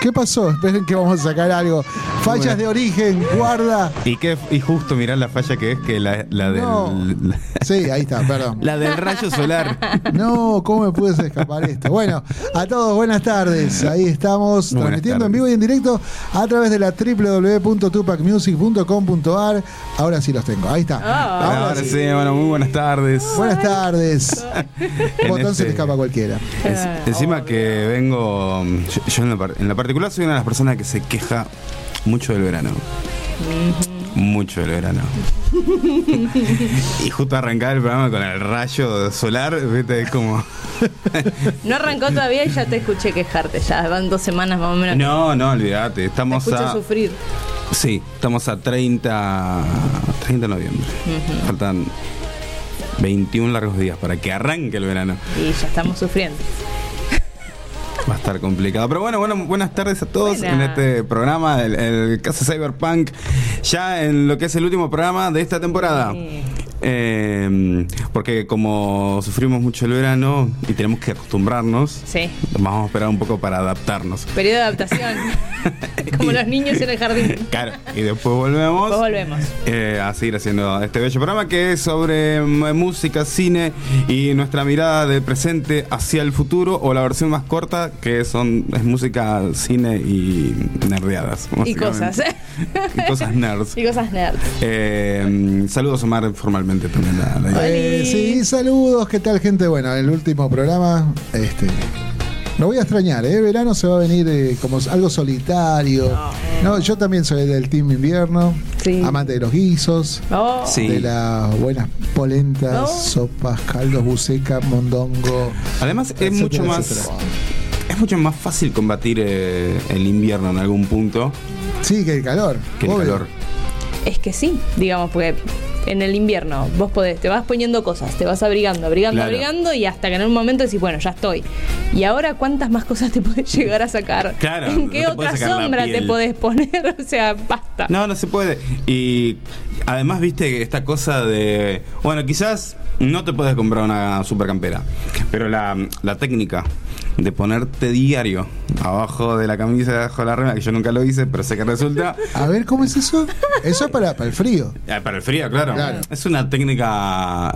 ¿Qué pasó? Esperen que vamos a sacar algo. Fallas de origen, guarda. Y, que, y justo mirá la falla que es que la, la del. No. La, Sí, ahí está, perdón. del rayo solar. No, ¿cómo me pude escapar esto? Bueno, a todos, buenas tardes. Ahí estamos Buenas transmitiendo tardes. en vivo y en directo a través de la www.tupacmusic.com.ar. Ahora sí los tengo, ahí está. Ahora, Ahora sí. Ah, sí, bueno, muy buenas tardes. Buenas tardes. En Botón se este- le escapa a cualquiera. Es- Ah, encima obvio. que vengo. Yo, yo en, la, par- en la particular soy una de las personas que se queja mucho del verano. Mucho del verano. y justo arrancar el programa con el rayo solar, viste, es como. No arrancó todavía y ya te escuché quejarte. Ya van dos semanas más o menos. No, no, olvídate. Te Estamos escucho a. sufrir. Sí, estamos a 30, 30 de noviembre. Faltan 21 largos días para que arranque el verano. Y ya estamos sufriendo. Va a estar complicado. Pero bueno, bueno buenas tardes a todos Buenas. en este programa, el, el Casa Cyberpunk, ya en lo que es el último programa de esta temporada. Sí. Eh, porque como sufrimos mucho el verano y tenemos que acostumbrarnos, Sí. vamos a esperar un poco para adaptarnos. Periodo de adaptación. Como los niños en el jardín. Claro, y después volvemos. Después volvemos. eh, a seguir haciendo este bello programa que es sobre mm, música, cine y nuestra mirada del presente hacia el futuro o la versión más corta que son es música, cine y nerdeadas. Y cosas. ¿eh? básicamente. y cosas nerds. Y cosas nerds. Eh, mm, saludos Omar formalmente también. la- la- Eh, Oli. sí, saludos, ¿qué tal gente? Bueno, el último programa, este. Lo voy a extrañar, ¿eh? Verano se va a venir eh, como algo solitario. No, yo también soy del Team Invierno, Sí. amante de los guisos, Oh, Sí. de las buenas polentas, No. sopas, caldos, buceca, mondongo. Además es etcétera, mucho más etcétera. es mucho más fácil combatir eh, el invierno en algún punto Sí, que el calor. que el obvio. calor. Es que sí, digamos, porque en el invierno vos podés, te vas poniendo cosas, te vas abrigando, abrigando, Claro. abrigando y hasta que en un momento decís, bueno, ya estoy. Y ahora, ¿cuántas más cosas te podés llegar a sacar? Claro, ¿En no qué te podés otra sacar la sombra te piel. podés poner? O sea, basta. No, no se puede. Y además, viste esta cosa de. Bueno, quizás no te puedes comprar una supercampera, pero la, la técnica de ponerte diario abajo de la camisa, abajo de la remera, que yo nunca lo hice, pero sé que resulta. A ver, ¿cómo es eso? Eso es para, para el frío. Ah, Para el frío, claro. Claro. Es una técnica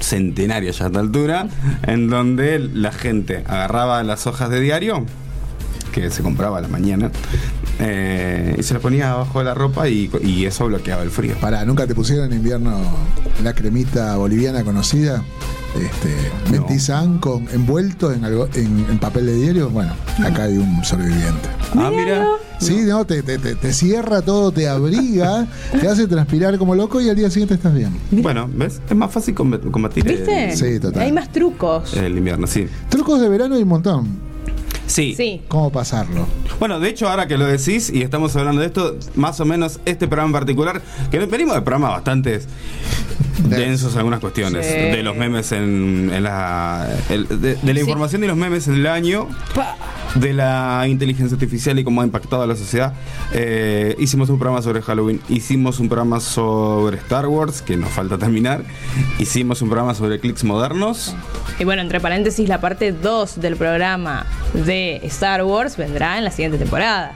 centenaria ya a esta altura, en donde la gente agarraba las hojas de diario, que se compraba a la mañana, eh, y se las ponía abajo de la ropa y, y eso bloqueaba el frío. Pará, ¿nunca te pusieron en invierno la cremita boliviana conocida? Este, mentizán con, envuelto en, algo, en, en papel de diario. Bueno, acá hay un sobreviviente. Ah, mira. Sí, no, te, te- te- te cierra todo, te abriga, te hace transpirar como loco y al día siguiente estás bien. Bueno, ¿ves? Es más fácil comb- combatir el- ¿Viste? Sí, total. Hay más trucos. El, invierno, sí. Trucos de verano hay un montón. sí. Sí. ¿Cómo pasarlo? Bueno, de hecho, ahora que lo decís y estamos hablando de esto, más o menos este programa en particular, que venimos de programas bastante densos en algunas cuestiones, Sí. de los memes en, en la... el- de, de la información de los memes en el año, de la inteligencia artificial y cómo ha impactado a la sociedad. Eh, hicimos un programa sobre Halloween, hicimos un programa sobre Star Wars, que nos falta terminar, hicimos un programa sobre clics modernos. Y bueno, entre paréntesis, la parte 2 del programa de Star Wars vendrá en la siguiente temporada.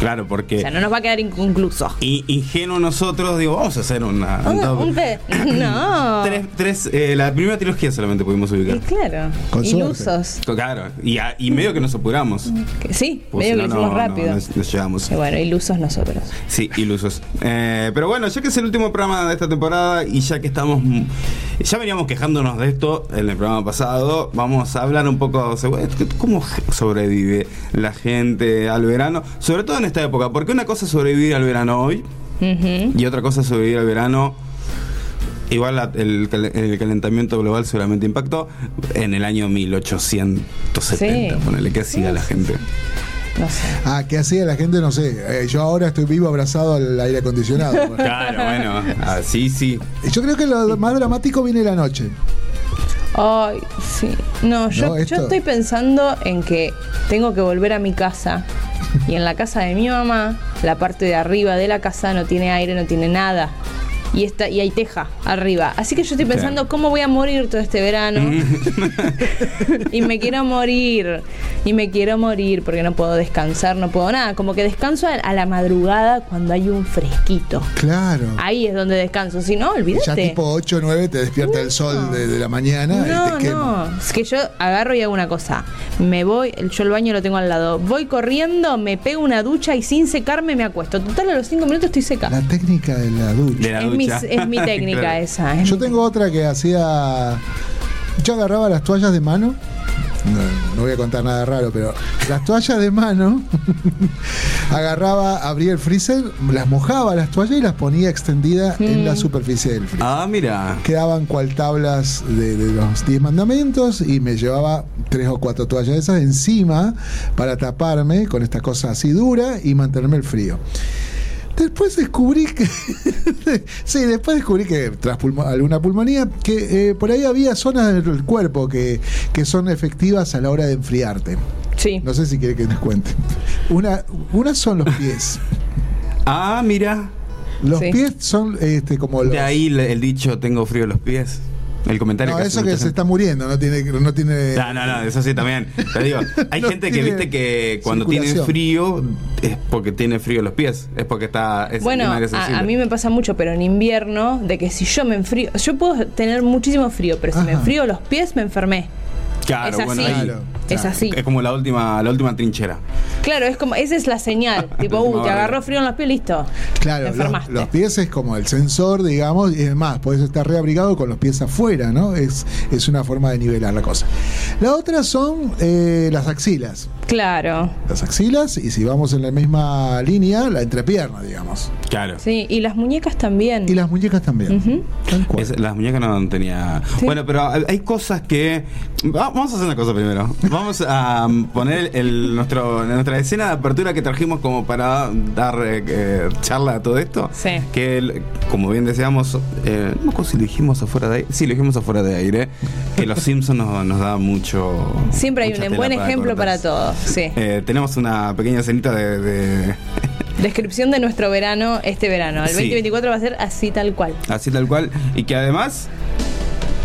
Claro, porque... O sea, no nos va a quedar inconcluso. Y ingenuo nosotros, digo, vamos a hacer una. Ah, un pe- no. Tres, tres, eh, la primera trilogía solamente pudimos Y ubicar. claro, Con suerte. ilusos. Claro, y, a- y medio que nos apuramos. Que sí, porque Pues si medio que lo hicimos no, no, rápido. nos- nos llegamos. Y bueno, ilusos nosotros. Sí, ilusos. Eh, pero bueno, ya que es el último programa de esta temporada y ya que estamos. mm, Ya veníamos quejándonos de esto en el programa pasado. Vamos a hablar un poco o sea, bueno, cómo je- sobrevive la gente al verano, sobre todo en esta época, porque una cosa es sobrevivir al verano hoy Ujú. y otra cosa es sobrevivir al verano. Igual la- el, cal- el calentamiento global seguramente impactó en el año 1870. Sí. Ponele que hacía la gente. No sé. Ah, ¿qué hacía la gente? No sé. Eh, yo ahora estoy vivo abrazado al aire acondicionado. Claro, bueno, así sí. Yo creo que lo más dramático viene la noche. Ay, sí. No, yo, No, esto- yo estoy pensando en que tengo que volver a mi casa. Y en la casa de mi mamá, la parte de arriba de la casa no tiene aire, no tiene nada. y, está, y hay teja arriba. Así que yo estoy pensando Claro. cómo voy a morir todo este verano. y me quiero morir. Y me quiero morir porque no puedo descansar, no puedo nada. Como que descanso a, a la madrugada cuando hay un fresquito. Claro. Ahí es donde descanso. Si no, olvídate. Ya tipo 8 o 9 te despierta el sol de, de la mañana y No, te quema. no. Es que yo agarro y hago una cosa. Me voy, yo el baño lo tengo al lado. Voy corriendo, me pego una ducha y sin secarme me acuesto. Total, a los cinco minutos estoy seca. La técnica de la ducha. De la Es mi, ducha. es mi técnica Claro. esa. ¿eh? es Yo mi- tengo otra que hacía. Yo agarraba las toallas de mano. No, no voy a contar nada raro, pero las toallas de mano agarraba, abría el freezer, las mojaba las toallas y las ponía extendidas en la superficie del freezer. Ah, mira. Quedaban cual tablas de, de los 10 mandamientos y me llevaba tres o cuatro toallas de esas encima para taparme con esta cosa así dura y mantenerme el frío. Después descubrí que. sí, después descubrí que tras pulmo- alguna pulmonía, que eh, por ahí había zonas del cuerpo que, que son efectivas a la hora de enfriarte. Sí. No sé si quiere que les cuente. Una, unas son los pies. Ah, mira. Los Sí. pies son este, como los. De ahí el, el dicho tengo frío en los pies. El comentario No, hace eso que mucha se gente. está muriendo, no tiene. No, tiene No, no, no, eso sí también. Te digo, hay No gente que tiene viste que cuando tiene circulación. frío es porque tiene frío los pies, es porque está es Bueno, un área a, sensible. a mí me pasa mucho, pero en invierno, de que si yo me enfrío, yo puedo tener muchísimo frío, pero si me Ajá. enfrío los pies, me enfermé. Claro, es bueno, así. ahí- Claro. Es así. es como la última la última trinchera. Claro, es como, esa es la señal. tipo, uh, te Ahora. agarró frío en los pies, listo. Te Claro, los, enfermaste. los pies es como el sensor, digamos, y es más, puedes estar reabrigado con los pies afuera, ¿no? Es, es una forma de nivelar la cosa. La otra son eh, las axilas. Claro. Las axilas, y si vamos en la misma línea, la entrepierna, digamos. Claro. Sí, y las muñecas también. Y las muñecas también. Ujú. Tal cual. Es- las muñecas no tenía. Sí. Bueno, pero hay hay cosas que. Va- Vamos a hacer una cosa primero. Vamos a um, poner el, nuestro, nuestra escena de apertura que trajimos como para dar eh, eh, charla a todo esto. Sí. Que, el- como bien decíamos, eh, no me acuerdo si lo dijimos afuera de aire. Sí, lo dijimos afuera de aire. Que los Simpsons nos, nos da mucho. Siempre hay mucha un tela buen cortar. ejemplo para todos. Sí. Eh, tenemos una pequeña escenita de. de- Descripción de nuestro verano este verano. El Sí. 2024 va a ser así tal cual. así tal cual. Y que además.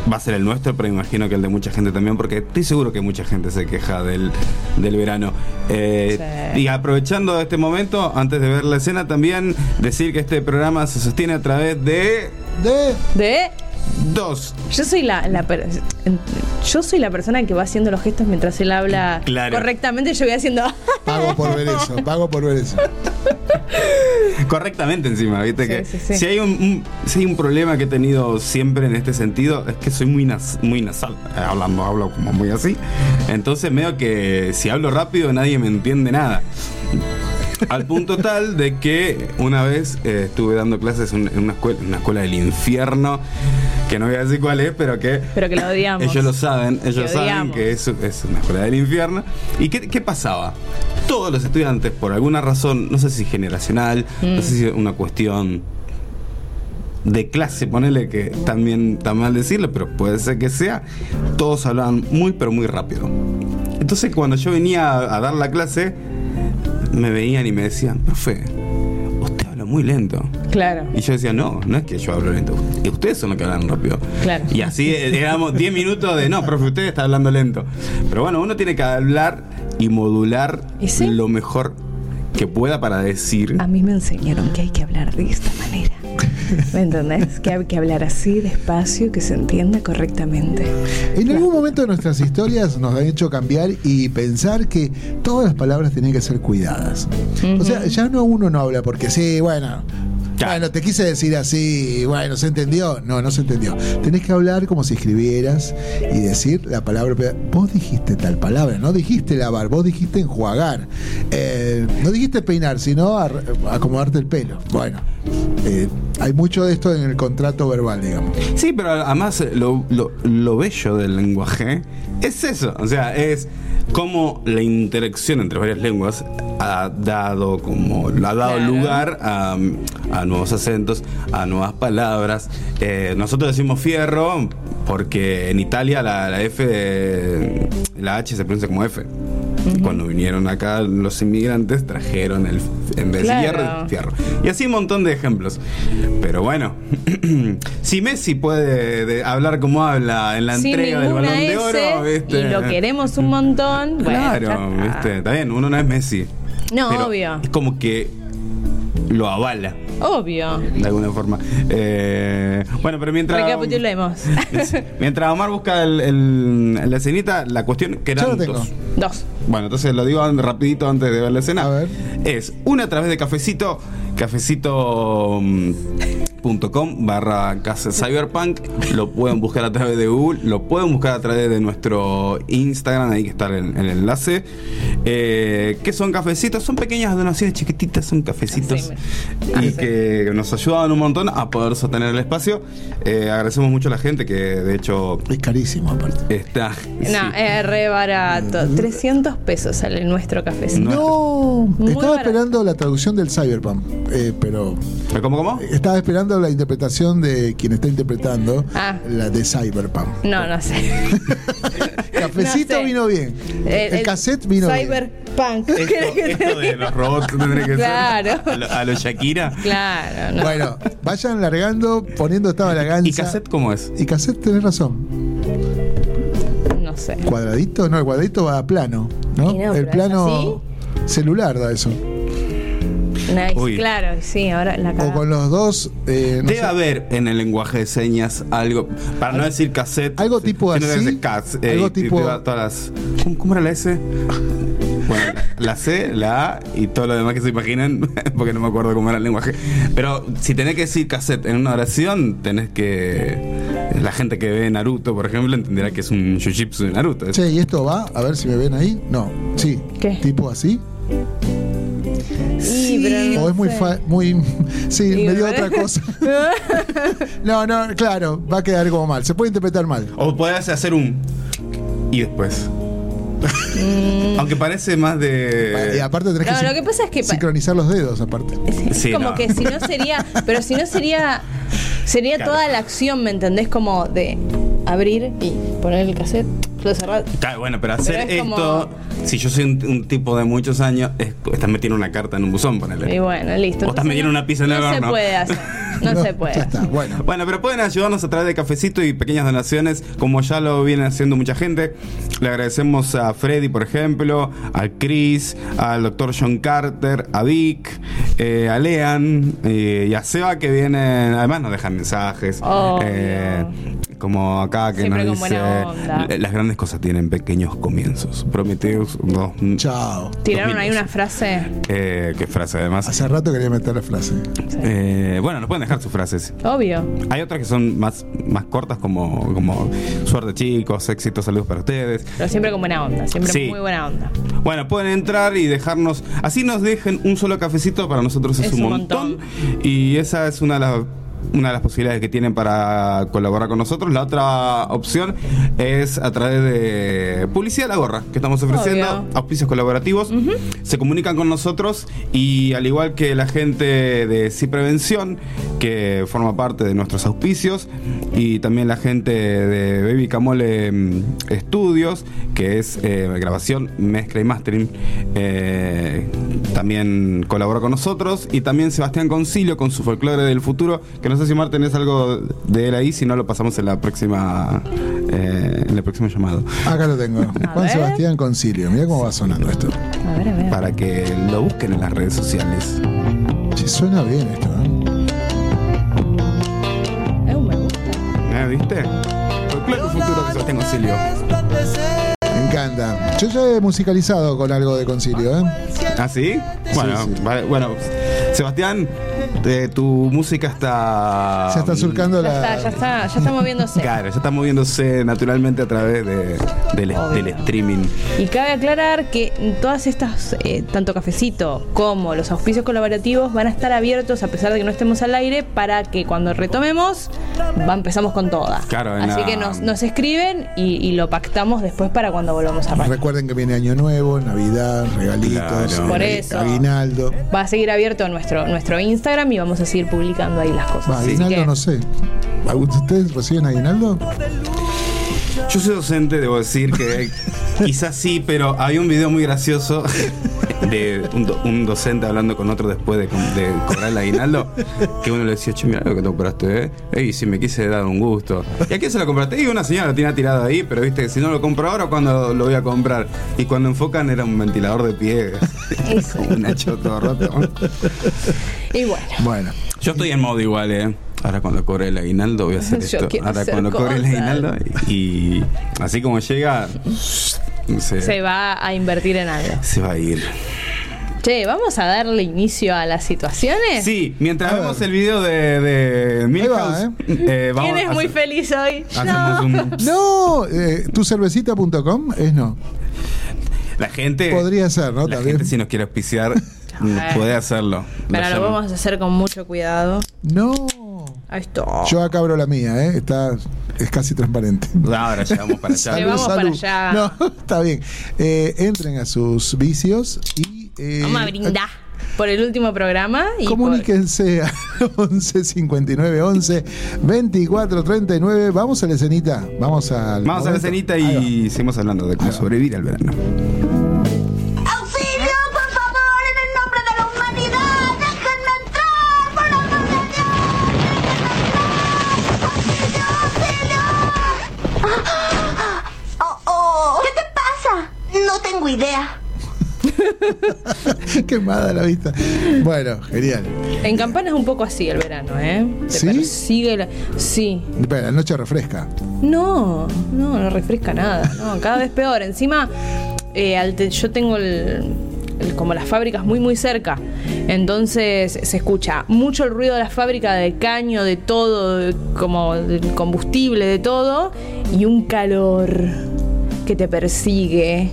Va a ser el nuestro, pero imagino que el de mucha gente también, porque estoy seguro que mucha gente se queja del, del verano. Eh, Sí. Y aprovechando este momento, antes de ver la escena, también decir que este programa se sostiene a través de De De dos. yo soy la, la per- yo soy la persona que va haciendo los gestos mientras él habla Claro. correctamente, yo voy haciendo pago por ver eso, pago por ver eso. Correctamente encima, viste Sí, que sí, sí. Si, hay un, un- si hay un problema que he tenido siempre en este sentido es que soy muy, nas- muy nasal, Eh, hablando hablo como muy así, entonces medio que si hablo rápido nadie me entiende nada. Al punto tal de que una vez eh, estuve dando clases en en una escuela, en una escuela del infierno, que no voy a decir cuál es, pero que pero que lo odiamos. ellos lo saben, ellos Te saben odiamos. que es, es una escuela del infierno. ¿Y qué, qué pasaba? Todos los estudiantes, por alguna razón, no sé si generacional, Mm. no sé si una cuestión de clase, ponele que también tan mal decirlo, pero puede ser que sea, todos hablaban muy pero muy rápido. Entonces cuando yo venía a, a dar la clase, me veían y me decían, profe, usted habla muy lento. Claro. Y yo decía, no, no es que yo hablo lento. que Ustedes son los que hablan rápido. Claro. Y así eh, éramos 10 minutos de, no, profe, usted está hablando lento. Pero bueno, uno tiene que hablar y modular ¿Y sí? Ah. lo mejor que pueda para decir. A mí me enseñaron que hay que hablar de esta manera. ¿Me entendés? Que hay que hablar así, despacio, que se entienda correctamente. En algún momento de nuestras historias nos han hecho cambiar y pensar que todas las palabras tienen que ser cuidadas. O sea, ya no uno no habla porque sí, bueno. Ya. Bueno, te quise decir así, bueno, ¿se entendió? No, no se entendió. Tenés que hablar como si escribieras y decir la palabra. Vos dijiste tal palabra, no dijiste lavar, vos dijiste enjuagar. Eh, no dijiste peinar, sino ar- acomodarte el pelo. Bueno, eh, hay mucho de esto en el contrato verbal, digamos. Sí, pero además eh, lo, lo- lo bello del lenguaje ¿eh? es eso. O sea, es como la interacción entre varias lenguas ha dado como ha dado Claro. lugar a, a nuevos acentos, a nuevas palabras. Eh, nosotros decimos fierro porque en Italia la, la F, de- la H se pronuncia como F. Y Cuando vinieron acá los inmigrantes trajeron el en vez de Claro. hierro, fierro. Y así un montón de ejemplos. Pero bueno, si Messi puede de- hablar como habla en la Sin entrega del ninguna Balón de Oro, S, ¿viste? y lo queremos un montón. bueno, Claro, ya está. ¿viste? Está bien, uno no es Messi. No, Pero obvio. Es como que lo avala, Obvio. de alguna forma. Eh, bueno, pero mientras. Recapitulemos. Mientras Omar busca el- el- la escenita, la cuestión que eran Yo lo tengo. dos. Dos. Bueno, entonces lo digo an- rapidito antes de ver la escena. A ver. Es una a través de cafecito, cafecito.com barra casa cyberpunk. Lo pueden buscar a través de Google, lo pueden buscar a través de nuestro Instagram, ahí que está el, el enlace. Eh, ¿Qué son cafecitos? Son pequeñas donaciones chiquititas, son cafecitos. Sí, me- y Ah, sí. que nos ayudan un montón a poder sostener el espacio. Eh, agradecemos mucho a la gente que de hecho Es carísimo, aparte. está... No, sí. es re barato. Mm. 300 pesos sale nuestro cafecito. Este, No, Muy estaba barato. esperando la traducción del Cyberpunk, eh, pero ¿Cómo, cómo? estaba esperando la interpretación de quien está interpretando Ah. la de Cyberpunk. No, no sé. Cafecito No sé. Eh, vino bien, el, cassette vino bien. Cyberpunk. ¿Querés Esto, que te esto de los robots tendría que ser Claro. a lo- a los Shakira. Claro, no. Bueno, vayan largando, poniendo estaba la ganza. ¿Y cassette cómo es? Y cassette tenés razón. No sé. Cuadradito, no, el cuadradito va a plano, ¿no? Y no, el pero plano celular da eso. Nice. Uy. Claro, sí, ahora la O con cara. los dos, eh, no Debe sé, haber en el lenguaje de señas algo, para no decir cassette. algo tipo sino que así, dice cas- eh, algo y- y tipo- te da todas las- ¿cómo, cómo era la S? Bueno, la C, la A y todo lo demás que se imaginan, porque no me acuerdo cómo era el lenguaje. Pero si tenés que decir cassette en una oración, tenés que. La gente que ve Naruto, por ejemplo, entenderá que es un Jujutsu de Naruto. Che, ¿y esto va? A ver si me ven ahí. No, sí. ¿Qué? Tipo así. Sí, pero no o es muy. sé. fa- muy sí, Sí, me dio ¿verdad? otra cosa. no, no, claro, va a quedar como mal. Se puede interpretar mal. O podés hacer un y después. Mm, Aunque parece más y de. aparte tenés No, que, sin- lo que pasa es que pa- sincronizar los dedos, aparte. Es Sí, como no. que si no sería. Pero si no sería. Sería Claro. toda la acción, ¿me entendés? Como de abrir y poner el cassette, lo cerrar. Claro, bueno, pero hacer Pero es como- esto, si yo soy un, un tipo de muchos años, es- estás metiendo una carta en un buzón, Y ponele. bueno, listo. Vos estás Entonces, metiendo no- una pizza en el No se horno. puede hacer. No, se puede. Ya está, bueno. Bueno, pero pueden ayudarnos a través de cafecito y pequeñas donaciones, como ya lo viene haciendo mucha gente. Le agradecemos a Freddy, por ejemplo, a Chris, al doctor John Carter, a Vic, eh, a Lean eh, y a Seba, que vienen, además nos dejan mensajes. eh, Obvio. como acá que Siempre nos con dice, buena onda. las grandes cosas tienen pequeños comienzos. Prometeos dos. Chao. Tiraron ahí 2012. una frase. Eh, qué frase además. Hace rato quería meter la frase. Eh, bueno, nos pueden dejar sus frases. Obvio. Hay otras que son más, más cortas como, como suerte chicos, éxito, saludos para ustedes. Pero siempre con buena onda. Siempre Sí. muy buena onda. Bueno, pueden entrar y dejarnos, así nos dejen un solo cafecito, para nosotros es, un, montón. Y esa es una de las... Una de las posibilidades que tienen para colaborar con nosotros. La otra opción es a través de publicidad de la gorra que estamos ofreciendo, Obvio. auspicios colaborativos. Se comunican con nosotros y al igual que la gente de Ciprevención, que forma parte de nuestros auspicios, y también la gente de Baby Camole mm, Studios, que es eh, grabación, mezcla y mastering, eh, también colabora con nosotros. Y también Sebastián Concilio con su folclore del futuro, que no sé si Mar tenés algo de él ahí, si no lo pasamos en la próxima, eh, en el próximo llamado. Acá lo tengo. Juan ver. Sebastián Concilio. Mirá cómo va sonando esto. A ver, a ver. Para que lo busquen en las redes sociales. Che, suena bien esto, ¿eh? Es un me gusta. ¿Eh? ¿Viste? Folclore del futuro de Sebastián Concilio. Me encanta. Yo ya he musicalizado con algo de Concilio, ¿eh? ¿Ah, sí? Bueno, Sí, sí. vale, bueno. Sebastián, eh, tu música está. mm, Se está surcando Ya la. está, ya está, ya está moviéndose. Claro, ya está moviéndose naturalmente a través de, del, del streaming. Y cabe aclarar que todas estas, eh, tanto cafecito como los auspicios colaborativos, van a estar abiertos a pesar de que no estemos al aire para que cuando retomemos, va, empezamos con todas. Claro, en Así la- que nos, nos escriben y, y lo pactamos después para cuando volvamos a arrancar. Recuerden que viene Año Nuevo, Navidad, regalitos, Claro. Por eso. aguinaldo. Va a seguir abierto nuestro, nuestro Instagram y vamos a seguir publicando ahí las Va, cosas. Así aguinaldo que- no sé. ¿Alguno de ustedes reciben aguinaldo? Yo soy docente, debo decir que Quizás sí, pero había un video muy gracioso de un, do- un docente hablando con otro después de, co- de cobrar el aguinaldo, que uno le decía, che, mira lo que te compraste, ¿eh? Ey, si me quise dar un gusto. ¿Y a quién se lo compraste? Y una señora lo tenía tirado ahí, pero viste que si no lo compro ahora, ¿cuándo lo voy a comprar? Y cuando enfocan era un ventilador de pie. Eso. Una todo roto. Y bueno. Bueno, Yo estoy en modo igual, ¿eh? Ahora cuando cobre el aguinaldo voy a hacer Yo esto. quiero Ahora hacer cuando cobre el cosas. aguinaldo y, y así como llega, se, Se va a invertir en algo. se va a ir. Che, vamos a darle inicio a las situaciones. Sí, mientras A ver. vemos el video de, de Milhouse, va, eh, vamos ¿Quién es a muy hacer- feliz hoy? Hacemos un... no, eh, tucervecita.com es no. La gente... Podría ser, ¿no? La También. gente si nos quiere auspiciar, mm, puede hacerlo. Pero lo llaman. vamos a hacer con mucho cuidado. No. Ahí está. Yo acá abro la mía, ¿eh? Está, es casi transparente. Ahora llegamos para allá. Llevamos para allá. No, está bien. Eh, entren a sus vicios y. eh, Vamos a brindar por el último programa. Y Comuníquense a 11 59 11 24 39. Vamos a la escenita. Vamos al. Vamos a la momento. cenita Ahí va. y seguimos hablando de cómo sobrevivir al verano. ¡Auxilio, por favor, en el nombre de la humanidad! ¡Déjenme entrar, por amor de Dios! ¡Déjenme entrar! ¡Auxilio, auxilio! Oh, oh. ¿Qué te pasa? No tengo idea. Quemada la vista. Bueno, genial. por- en Campana es un poco así el verano, ¿eh? Te ¿Sí? persigue la- Sí. Pero la noche refresca. No, no, no refresca nada. No, cada vez peor. Encima, eh, al te- yo tengo el- el- como las fábricas muy, muy cerca. Entonces se escucha mucho el ruido de la fábrica, de caño, de todo, de- como del combustible, de todo. Y un calor que te persigue.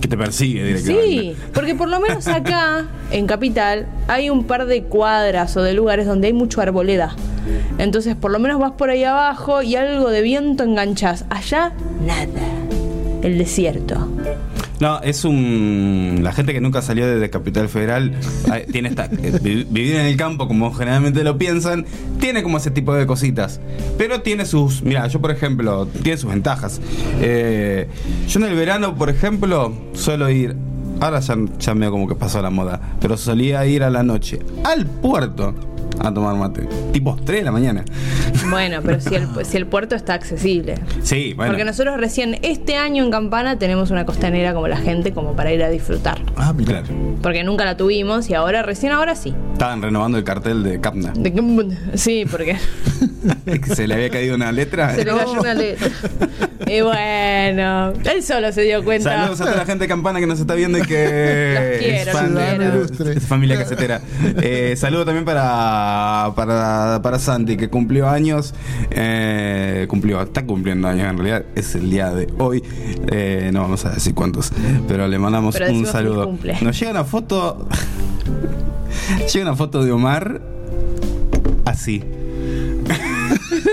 Que te persigue Sí, directamente. porque por lo menos acá, en Capital, hay un par de cuadras o de lugares donde hay mucho arboleda. Entonces, por lo menos vas por ahí abajo y algo de viento enganchas. Allá, nada. El desierto. No, es un. La gente que nunca salió de Capital Federal eh, tiene esta. eh, vi- Vivir en el campo, como generalmente lo piensan, tiene como ese tipo de cositas. Pero tiene sus. Mira, yo por ejemplo, tiene sus ventajas. Eh, yo en el verano, por ejemplo, suelo ir. Ahora ya, ya veo como que pasó la moda. Pero solía ir a la noche al puerto a tomar mate. Tipo 3 de la mañana. Bueno, pero si el, si el puerto está accesible. Sí, bueno. Porque nosotros recién este año en Campana tenemos una costanera como la gente, como para ir a disfrutar. Ah, mira. Claro. Porque nunca la tuvimos y ahora, recién ahora sí. Estaban renovando el cartel de Capna. De que- Sí, porque Que se le había caído una letra. se le cayó una letra. Y bueno, él solo se dio cuenta. Saludos a toda la gente de Campana que nos está viendo y que Los quiero, es los fan de quiero. Ilustre. es familia casetera. Eh, saludo también para, para, para Santi que cumplió años, eh, cumplió, está cumpliendo años en realidad, es el día de hoy. Eh, no vamos a decir cuántos, pero le mandamos Pero un decimos feliz saludo. cumple. Nos llega una foto, llega una foto de Omar así.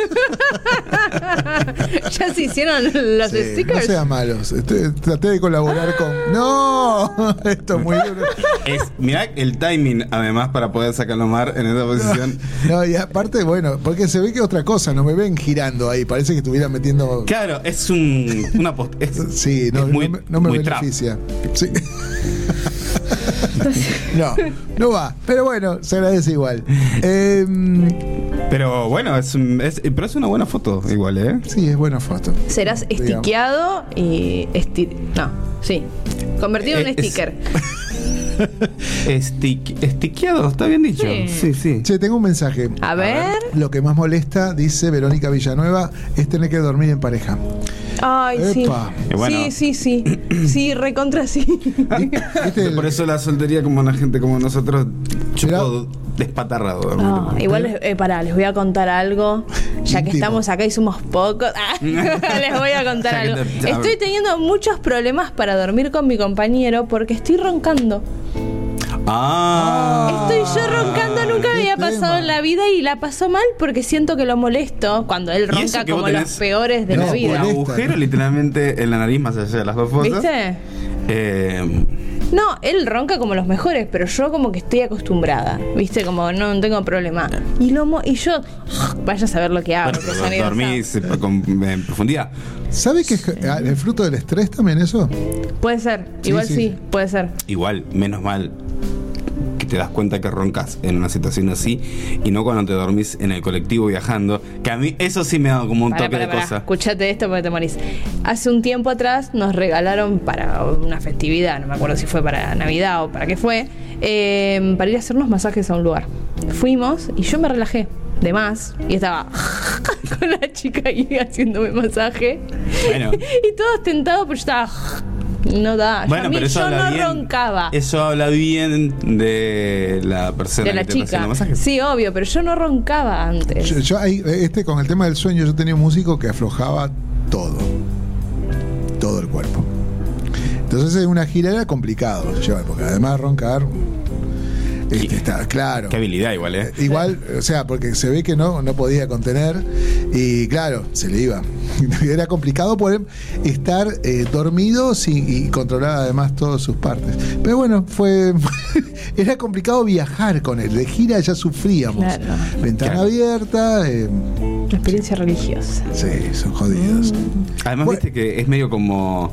Ya se hicieron los Sí, no stickers. Ah. sean malos. Este, Traté de colaborar con. ¡No! Esto es muy duro. Es, mirá el timing además para poder sacar a Omar en esa posición. No, y aparte, bueno, porque se ve que es otra cosa, no me ven girando ahí. Parece que estuvieran metiendo. Claro, es un, una post- es- Sí, no, es muy, no me, no me muy trap. beneficia. Sí. no, no va. Pero bueno, se agradece igual. Eh, Pero bueno, es, un- es- pero es una buena foto igual, ¿eh? sí, es buena foto. Serás Digamos. estiqueado y. esti- no, sí. Convertido en Eh, un es- sticker. Estic- estiqueado, está bien dicho. Sí. sí. Che, tengo un mensaje. A ver. Lo que más molesta, dice Verónica Villanueva, es tener que dormir en pareja. Ay, Epa. Eh, bueno. sí. Sí, sí, sí. Sí, recontra sí. ¿Viste? Por eso la soltería como la gente como nosotros chupó despatarrado. No, igual, les- eh, pará, les voy a contar algo. Ya que Íntimo. estamos acá y somos pocos, ah, les voy a contar Ya que algo. te- ya- Estoy teniendo muchos problemas para dormir con mi compañero porque estoy roncando. Ah. Estoy yo roncando, nunca me qué había tema. pasado en la vida y la pasó mal porque siento que lo molesto cuando él Y eso ronca que vos como los tenés- peores de tenés la Un vida. molestia. este agujero literalmente en la nariz más allá de las dos fosas. ¿Viste? Eh, No, él ronca como los mejores, pero yo como que estoy acostumbrada. ¿Viste? Como no, no tengo problema. Y lo mo- y yo, vaya a saber lo que hago. Bueno, qué pero sonido dormís eh, con- en profundidad. ¿Sabe que es ah, el fruto del estrés también eso? hace. Puede ser, Sí, igual sí, sí, sí. puede ser. Igual, menos mal que te das cuenta que roncas en una situación así y no cuando te dormís en el colectivo viajando. Que a mí eso sí me ha dado como un Pará, toque pará, de pará. cosa. Escuchate esto porque te morís. Hace un tiempo atrás nos regalaron para una festividad, no me acuerdo si fue para Navidad o para qué fue, eh, para ir a hacernos masajes a un lugar. Fuimos y yo me relajé de más y estaba con la chica ahí haciéndome masaje. Bueno. y todo tentado, pero yo estaba. No da. Yo, a Bueno, mí- pero eso yo habla no bien. roncaba. Eso habla bien de la persona de que la te está haciendo chica. masajes. Sí, obvio, pero yo no roncaba antes. Yo, yo ahí, eh, este con el tema del sueño, yo tenía un músico que aflojaba todo. Todo el cuerpo. Entonces en una gira era complicado llevar, porque además roncar. este, está claro. Qué habilidad igual, ¿eh? Igual, o sea, porque se ve que no, no podía contener y claro, se le iba. Era complicado poder estar eh, dormido sin- y controlar además todas sus partes. Pero bueno, fue era complicado viajar con él. De gira ya sufríamos. Claro. Ventana Claro. abierta, eh, Una experiencia religiosa. sí, son jodidos. Mm. Además, Bueno. viste que es medio como.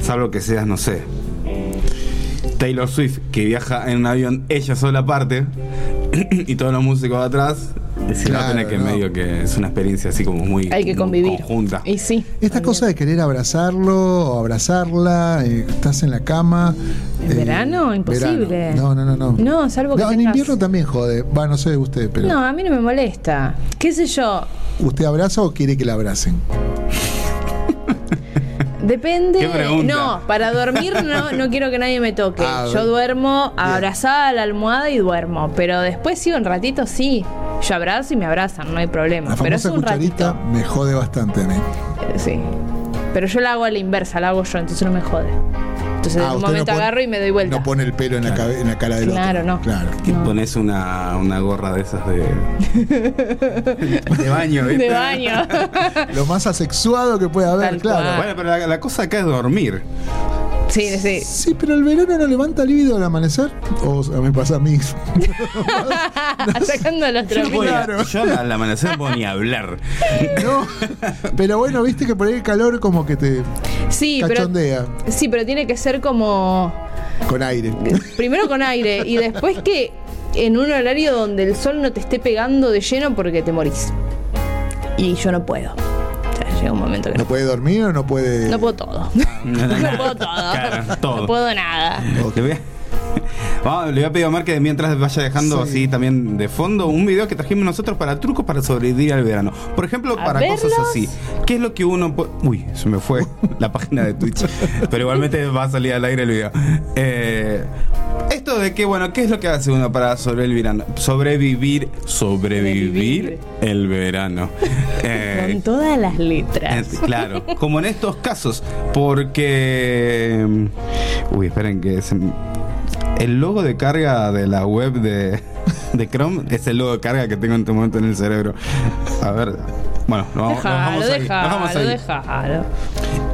Salvo que seas, no sé. Taylor Swift, que viaja en un avión ella sola aparte, y todos los músicos atrás. Se Claro, nota que no. medio que es una experiencia así como muy Hay que como convivir. conjunta. Y sí. Esta cosa de querer abrazarlo o abrazarla, eh, estás en la cama. ¿En verano? Imposible. No, no, no, no. No, salvo que No, en tengas- invierno también jode. Va, no sé usted, pero. No, a mí no me molesta. ¿Qué sé yo? ¿Usted abraza o quiere que la abracen? Depende. Qué pregunta. No, para dormir no, no quiero que nadie me toque. Ah, yo bien. duermo abrazada a la almohada y duermo. Pero después sí, un ratito sí. Yo abrazo y me abrazan, no hay problema. La Pero es famosa un cucharita ratito. me jode bastante a mí. Eh, Sí. Pero yo la hago a la inversa, la hago yo, entonces no me jode. Entonces Ah, en un usted no momento pone- agarro y me doy vuelta. No pone el pelo en, la, cabe- en la cara del Claro, otro. no. Claro, Que pones una, una gorra de esas de. de baño, ¿viste? de baño. Lo más asexuado que puede haber, Tal claro. Bueno, pero la, la cosa acá es dormir. sí, sí. Sí, pero el verano no levanta el líbido al amanecer. O sea, me pasa a mí. Sacando los Yo, no puedo ni- tropiezos. Claro. yo al amanecer no puedo ni hablar. No. Pero bueno, viste que por ahí el calor como que te Sí, pero. cachondea Sí, pero tiene que ser como. con aire. Primero con aire y después que en un horario donde el sol no te esté pegando de lleno porque te morís. Y yo no puedo. O sea, llega un momento que ¿No no. puede dormir o no puede.? No puedo todo. No puedo todo. Claro, todo. No puedo nada. Le voy a- Vamos, le voy a pedir a Omar que mientras vaya dejando Sí. así también de fondo un video que trajimos nosotros para trucos para sobrevivir al verano. Por ejemplo, A para cosas verlos. así. ¿Qué es lo que uno po- Uy, se me fue la página de Twitch. Pero igualmente va a salir al aire el video. Eh, esto de que, bueno, ¿qué es lo que hace uno para sobrevivir? al verano? Sobrevivir, sobrevivir Sobrevivir. el verano. Eh, Con todas las letras. eh, Claro, como en estos casos, porque... mm, Uy, esperen que... se me- El logo de carga de la web de, de Chrome es el logo de carga que tengo en este momento en el cerebro. A ver... Bueno, nos vamos, nos Déjalo, vamos ahí, nos vamos déjalo, ahí. déjalo.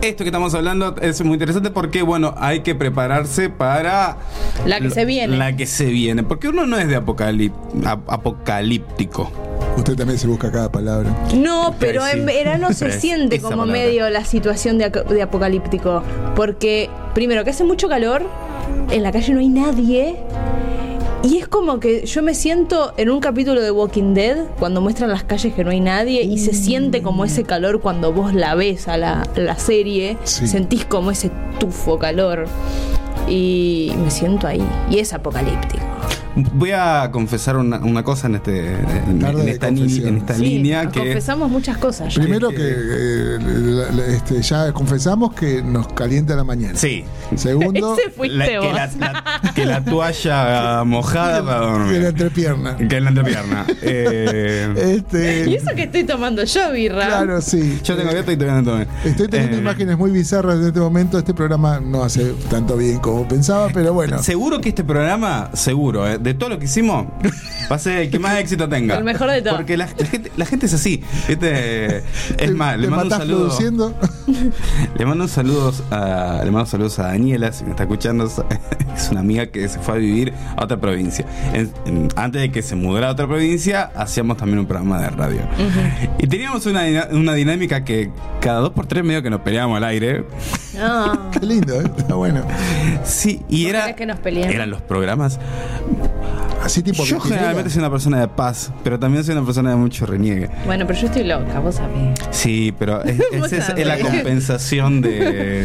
Esto que estamos hablando es muy interesante porque, bueno, hay que prepararse para... La que lo- se viene. La que se viene, porque uno no es de apocalip- ap- apocalíptico. Usted también se busca cada palabra. No, pero Preci. en verano se Preci- siente esa como palabra. medio la situación de, aco- de apocalíptico. Porque, primero, que hace mucho calor, en la calle no hay nadie. Y es como que yo me siento en un capítulo de Walking Dead, cuando muestran las calles que no hay nadie, y se siente como Mm. ese calor cuando vos la ves a la, la serie. Sí. Sentís como ese tufo calor. Y me siento ahí. Y es apocalíptico. Voy a confesar una, una cosa en, este, en, Tarde en de esta, ni- en confesión. esta Sí, línea nos que confesamos muchas cosas. ya. Primero que- que eh, la- la- este, ya confesamos que nos calienta la mañana. sí Segundo, Ese fuiste la- que, vos. la, la- que la toalla mojada para de la dormir entrepierna. que es la entrepierna Eh, Este, Y eso que estoy tomando yo, birra. claro, sí. yo tengo abierto y te voy a tomar Estoy teniendo Eh, imágenes muy bizarras en este momento. Este programa no hace tanto bien como pensaba, pero bueno. Seguro que este programa, seguro, eh, de todo lo que hicimos, va a ser el que más éxito tenga. El mejor de todo. Porque la, la gente, la gente es así. ¿viste? Es Te- más, le te mando un matás saludo. produciendo. Le mando saludos a, le mando saludos a Daniela, si me está escuchando, es una amiga que se fue a vivir a otra provincia. En- en- antes de que se mudara a otra provincia, hacíamos también un programa de radio. Y teníamos una, dina- una dinámica que cada dos por tres medio que nos peleábamos al aire. No. Qué lindo, ¿eh? está bueno. Sí, y era querés que nos peleemos? eran los programas. Así tipo. Yo veintinueve. generalmente soy una persona de paz, pero también soy una persona de mucho reniegue. Bueno, pero yo estoy loca, vos sabés. Sí, pero es, es- Vos es- es la sabés. compensación de.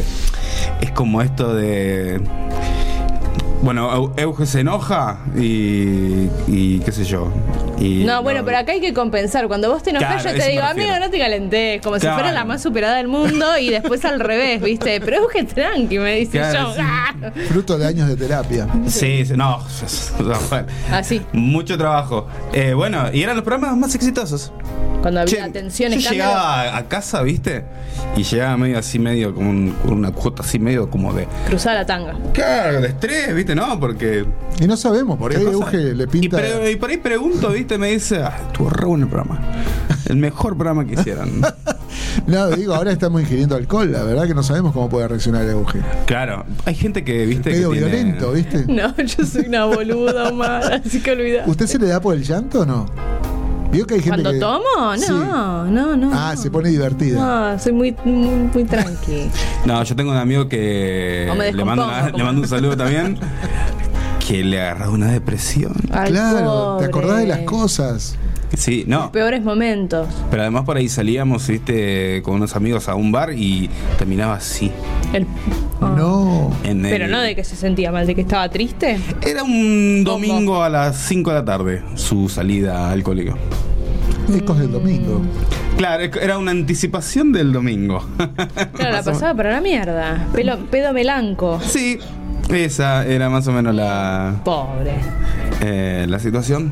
Es como esto de. Bueno, Eu- Euge se enoja y. y qué sé yo. y- No, bueno, pero acá hay que compensar. Cuando vos te enojas, Claro, yo te eso digo, me refiero. amigo, no te calentes. Como Claro. si fuera la más superada del mundo y después al revés, ¿viste? Pero es que tranqui, me dice Claro, yo. sí. ¡Ah! Fruto de años de terapia. Sí, sí, no. no, bueno. Así. Mucho trabajo. Eh, bueno, y eran los programas más exitosos. Cuando había Che, tensión, yo escándalo. llegaba a- a casa, ¿viste? Y llegaba medio así, medio como un- con una cuota así, medio como de. Cruzada la tanga. Claro, de estrés, ¿viste? No, porque Y no sabemos por qué Cosa- Euge le pinta. Y, eh, pre- y por ahí pregunto, ¿viste? Me dice, ah, estuvo re bueno el programa. El mejor programa que hicieron. No, digo, ahora estamos ingiriendo alcohol, la verdad que no sabemos cómo puede reaccionar Euge. claro, hay gente Este que, ¿viste? Medio que tiene- violento, ¿viste? No, yo soy una boluda, Omar, así que olvidá. ¿Usted se le da por el llanto o no? Vio que hay gente ¿Cuando que- tomo? No, Sí. no, no. Ah, no. se pone divertida. No, soy muy, muy, muy tranqui. No, yo tengo un amigo que No me le, mando descompongo, una- como- le mando un saludo también, que le agarró una depresión. Ay, claro, te pobre. acordás de las cosas. Sí, no. Peores momentos. Pero además por ahí salíamos, ¿viste? Con unos amigos a un bar y terminaba así. El- Ah. No. en el- Pero no de que se sentía mal, de que estaba triste. Era un domingo a las 5 de la tarde su salida alcohólica. Ecos del domingo. Claro, era una anticipación del domingo. Claro, la pasaba para la mierda. Pelo, pedo melanco. Sí, esa era más o menos la, Pobre. eh, la situación.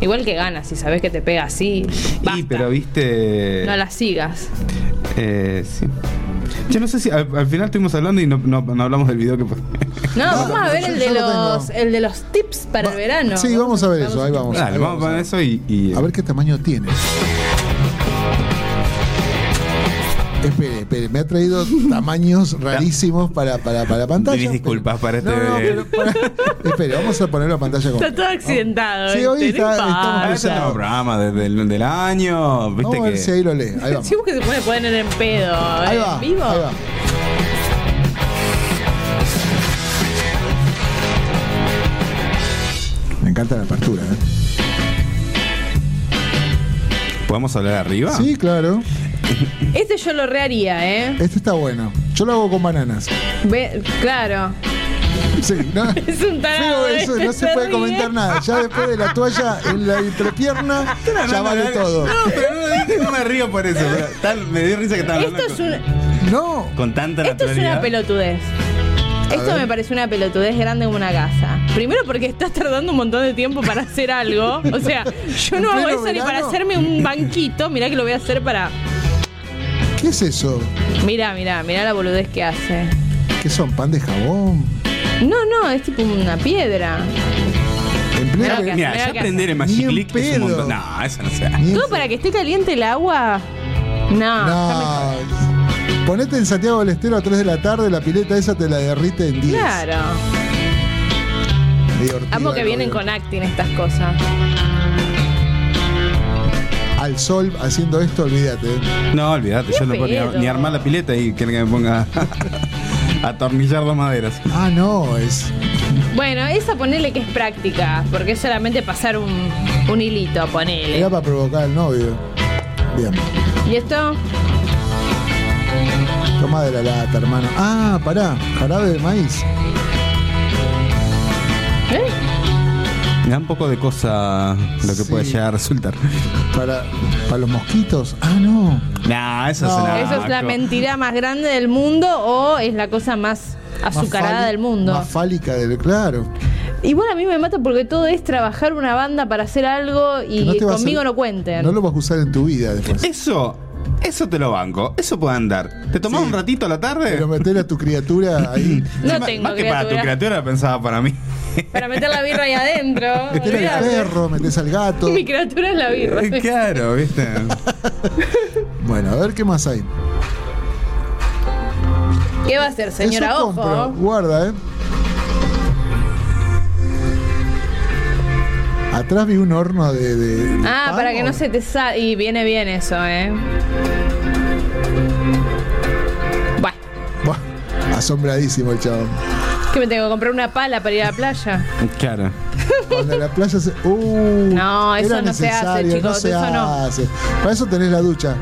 Igual que ganas, si sabes que te pega así. Y Basta. pero viste. No las sigas. eh, sí. Yo no sé si al, al final estuvimos hablando y no, no- no hablamos del video que fue. No, No, vamos a no, ver yo- el yo de lo tengo. los el de los tips para Va- el verano. Sí, vamos a ver eso, ahí vamos. Dale, ahí vamos a con ver. eso y. y- A ver qué tamaño tiene. Espere, espere, me ha traído tamaños rarísimos para, para, para pantalla. Mil disculpas para este- No, no, pero para- espere, vamos a ponerlo a pantalla Está completa. todo accidentado. Sí, hoy este, no está- estamos Ah, importa. ese es el programa de- del, del año. Viste Vamos a ver que. si ahí lo lee. Ahí vamos. Sí, porque se puede poner en pedo. Ahí ¿eh? va, ¿En vivo? ahí va. Me encanta la apertura, ¿eh? ¿Podemos hablar arriba? Sí, claro. Este yo lo reharía, ¿eh? Este está bueno. Yo lo hago con bananas. Ve- claro. Sí, ¿no? Es un Pero tarado. eso ¿eh? no se puede ríe. comentar nada. Ya después de la toalla en la entrepierna, ya vale todo. No, pero no, dije, no me río por eso. pero tal- me dio risa que estaba Esto hablando es, con, un, No. con tanta esto es una naturalidad. pelotudez. Esto ver. me parece una pelotudez grande como una casa. Primero porque estás tardando un montón de tiempo para hacer algo. O sea, yo ¿En no hago pleno eso ni para verano? hacerme un banquito. Mirá que lo voy a hacer para... ¿Qué es eso? Mirá, mirá, mirá la boludez que hace. ¿Qué son? ¿Pan de jabón? No, no, es tipo una piedra. ¿En pleno Claro Mira, verano? que- Mira ya que- aprender el Ni Magic en Click es un pedo. montón. No, eso no se da. Ni en- Todo para que esté caliente el agua. No, no. No. Ponete en Santiago del Estero a 3 de la tarde, la pileta esa te la derrite en 10. Claro. De Ortigas, Amo que vienen obvio. con acting estas cosas. Al sol haciendo esto, olvídate. No, olvídate, yo no puedo ni, pedo. ni armar la pileta y quieren que me ponga a atornillar las maderas. Ah, no, es. Bueno, esa ponele que es práctica, porque es solamente pasar un, un hilito, ponele. Era para provocar al novio. Bien. ¿Y esto? Toma de la lata, hermano. Ah, pará. Jarabe de maíz. ¿Eh? Me da un poco de cosa lo que Sí. puede llegar a resultar. Para, para los mosquitos. Ah, no. Nah, eso es No. una. ¿Eso es la mentira más grande del mundo o es la cosa más azucarada Más fali- del mundo? Más fálica del. Claro. Igual a mí me mata porque todo es trabajar una banda para hacer algo Que y te va a conmigo ser- no cuenten. No lo vas a usar en tu vida después. Eso Eso te lo banco, eso puede andar. ¿Te tomás Sí. un ratito a la tarde? Pero meter a tu criatura ahí. No Sí, más- tengo más que para tu criatura. criatura pensaba para mí. Para meter la birra ahí adentro. Meter al olvidate. perro, metes al gato. Mi criatura es la birra. claro, ¿viste? Bueno, a ver qué más hay. ¿Qué va a hacer, señora Eso compro. Ojo? Guarda, eh. Atrás vi un horno de. de- Ah, de para pavo. que no se te salga. Y viene bien eso, ¿eh? Bueno, Buah, asombradísimo el chabón. ¿qué me tengo que comprar una pala para ir a la playa? Claro. Cuando la playa se. Uh, No, eso era no se hace, necesario, chicos, No se eso no. hace. Para eso tenés la ducha.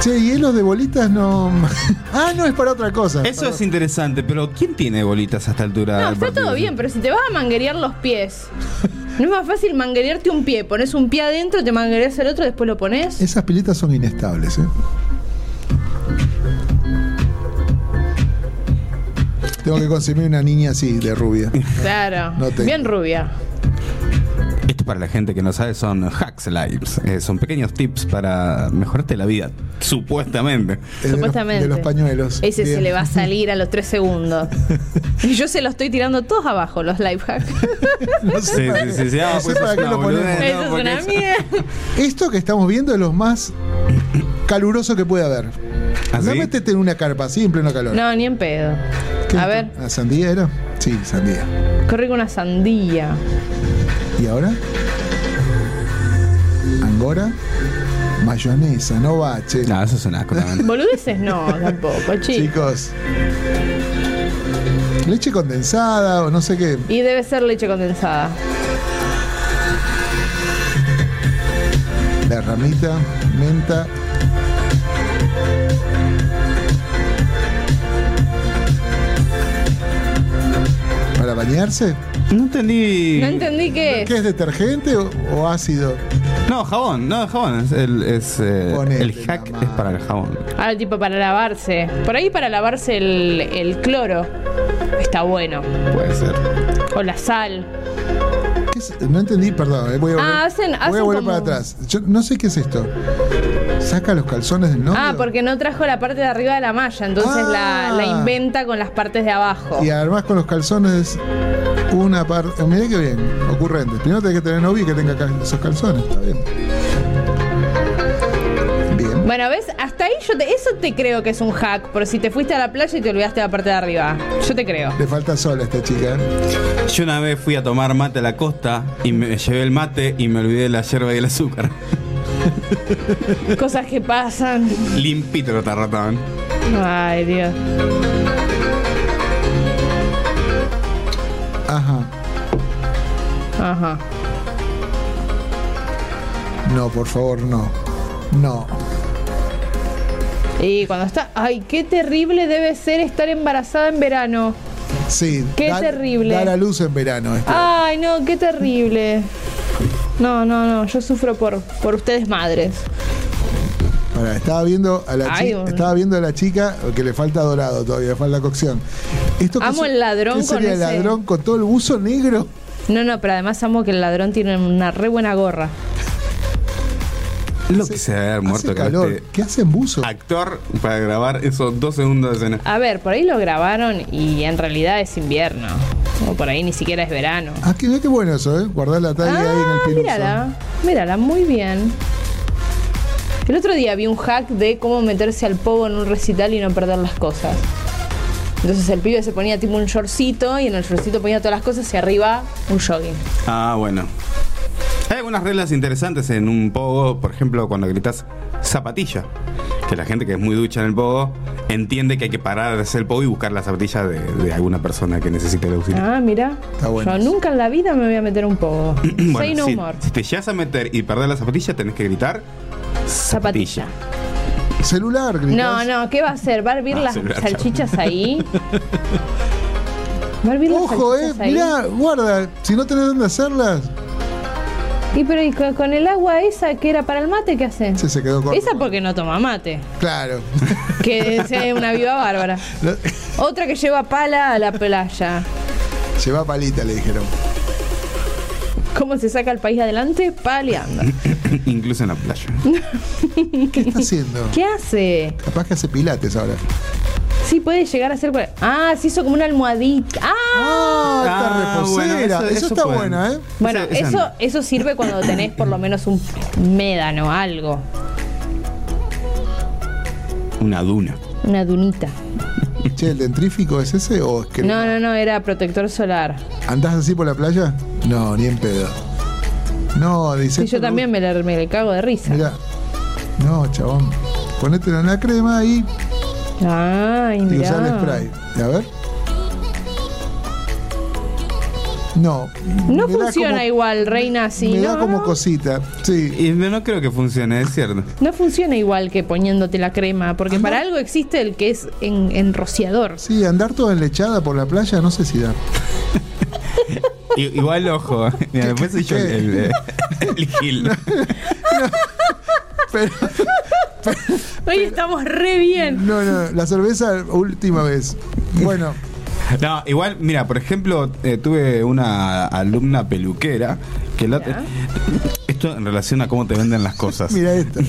Che, hielos de bolitas no. ah, no, es para otra cosa. Eso es interesante, pero ¿quién tiene bolitas a esta altura? No, del está partido? todo bien, pero si te vas a manguerear los pies, no es más fácil manguerearte un pie. Pones un pie adentro, te manguereas el otro, después lo pones. Esas piletas son inestables, ¿eh? Tengo que conseguir una niña así, de rubia. Claro. No tengo. Bien rubia. Esto para la gente que no sabe son hacks lives, eh, son pequeños tips para mejorarte la vida, supuestamente. Eh, de los- Supuestamente. De los, pañuelos. Ese se Bien. le va a salir a los tres segundos. Y yo se lo estoy tirando todos abajo, los life hacks. No sé Sí, para sí, qué- sí, sí, ah, no sé pues para es qué una lo ponemos. boludez. Eso no, es porque una es- mierda. Esto que estamos viendo es lo más caluroso que puede haber. ¿Ah, No sí? métete en una carpa así en pleno calor. No, ni en pedo. ¿Qué- A ver, ¿Ah, ¿Sandía era? Sí, sandía. corre con una sandía. ¿Y ahora? Angora. Mayonesa, no bache. No, eso es una asco también. Boludeces no, tampoco, Chicos. chicos. Leche condensada o no sé qué. Y debe ser leche condensada. La ramita, menta. ¿Para bañarse? No entendí. No entendí qué es. ¿Qué es detergente o, o ácido? No, jabón, no, jabón. Es el, es, eh, Ponete el hack la es para el jabón. Ahora tipo para lavarse. Por ahí para lavarse el, el cloro. Está bueno. Puede ser. O la sal. ¿Qué es? No entendí, perdón. eh, Voy a volver, Ah, hacen- voy a hacen volver como- para atrás. Yo no sé qué es esto. ¿Saca los calzones del novio? Ah, porque no trajo la parte de arriba de la malla. Entonces Ah. la, la inventa con las partes de abajo. Y además con los calzones una parte... Mirá qué bien, ocurrente. Primero tenés que tener novio y que tenga cal- esos calzones. Está bien. Bien. Bueno, ¿ves? Hasta ahí yo te, eso te creo que es un hack. Por si te fuiste a la playa y te olvidaste la parte de arriba. Yo te creo. Le falta sol a esta chica. Yo una vez fui a tomar mate a la costa y me llevé el mate y me olvidé la yerba y el azúcar. Cosas que pasan. Limpito lo tarratán. Ay, Dios. Ajá. Ajá. No, por favor, no. No. Y cuando está. Ay, qué terrible debe ser estar embarazada en verano. Sí. Qué terrible. Dar a luz en verano. este esto. Ay, no, qué terrible. No, no, no, yo sufro por, por ustedes madres. Pará, estaba viendo a la Ay, chica, bueno. estaba viendo a la chica que le falta dorado todavía, le falta cocción. Esto qué Amo se- el ladrón ¿qué con sería el ese- ladrón con todo el buzo negro. No, no, pero además amo que el ladrón tiene una re buena gorra. Lo que se debe haber muerto con Hace calor. este ¿Qué hace en buzo? actor para grabar esos dos segundos de escena. A ver, por ahí lo grabaron y en realidad es invierno. O por ahí ni siquiera es verano. Ah, qué, mirá qué bueno eso, ¿eh? Guardar la talla ahí en el Ah, piluso. mírala, mírala, muy bien. El otro día vi un hack de cómo meterse al pogo en un recital y no perder las cosas. Entonces el pibe se ponía tipo un shortcito y en el shortcito ponía todas las cosas y arriba un jogging. Ah, bueno. Hay algunas reglas interesantes en un pogo, por ejemplo, cuando gritas zapatilla. Que la gente que es muy ducha en el pogo entiende que hay que parar de hacer el pogo y buscar la zapatilla de, de alguna persona que necesite el auxilio. Ah, mira. Está bueno. Yo nunca en la vida me voy a meter un pogo. Bueno, Say no si, more. si te llegas a meter y perder la zapatilla, tenés que gritar Zapatilla. zapatilla. Celular, gritás. No, no, ¿qué va a hacer? ¿Va a hervir Ah, las celular, chao. salchichas ahí? ¿Va a hervir Ojo, eh, las salchichas ahí? mirá, guarda, si no tenés dónde hacerlas, Y pero y con, con el agua esa que era para el mate, ¿qué hacen? se, se quedó corto. Esa porque no toma mate. Claro. Que sea una viva bárbara. Lo- Otra que lleva pala a la playa. Lleva palita, le dijeron. ¿Cómo se saca el país adelante? Paleando. Incluso en la playa. ¿Qué está haciendo? ¿Qué hace? Capaz que hace pilates ahora. Sí, puede llegar a ser. cual- Ah, se hizo como una almohadita. ¡Ah! Ah, Ah, está bueno, reposera. eso- eso, eso está pueden. bueno, ¿eh? Bueno, Esa- esa eso, no. eso sirve cuando tenés por lo menos un médano, algo. Una duna. Una dunita. Che, ¿el dentrífico es ese o es que No, no, no, era protector solar. andás así por la playa? No, ni en pedo. No, dice. Sí, yo también me la, me la cago de risa. Mira. No, chabón. Ponételo en la crema y, Ay, y usá el mirá. spray. A ver. No. No me da funciona como- igual, reina, así. Me no, da como no. cosita. Sí. Y no no creo que funcione, es cierto. No funciona igual que poniéndote la crema, porque Ah, para no. algo existe el que es en, enrociador. Sí, andar toda enlechada por la playa no sé si da. I- igual, ojo. Mira, después soy yo el, el- el Gil. Pero, Hoy estamos re bien. no, no, la cerveza última vez. Bueno, No, igual, mira, por ejemplo, eh, tuve una alumna peluquera que la- Ya. Esto en relación a cómo te venden las cosas. mira esto.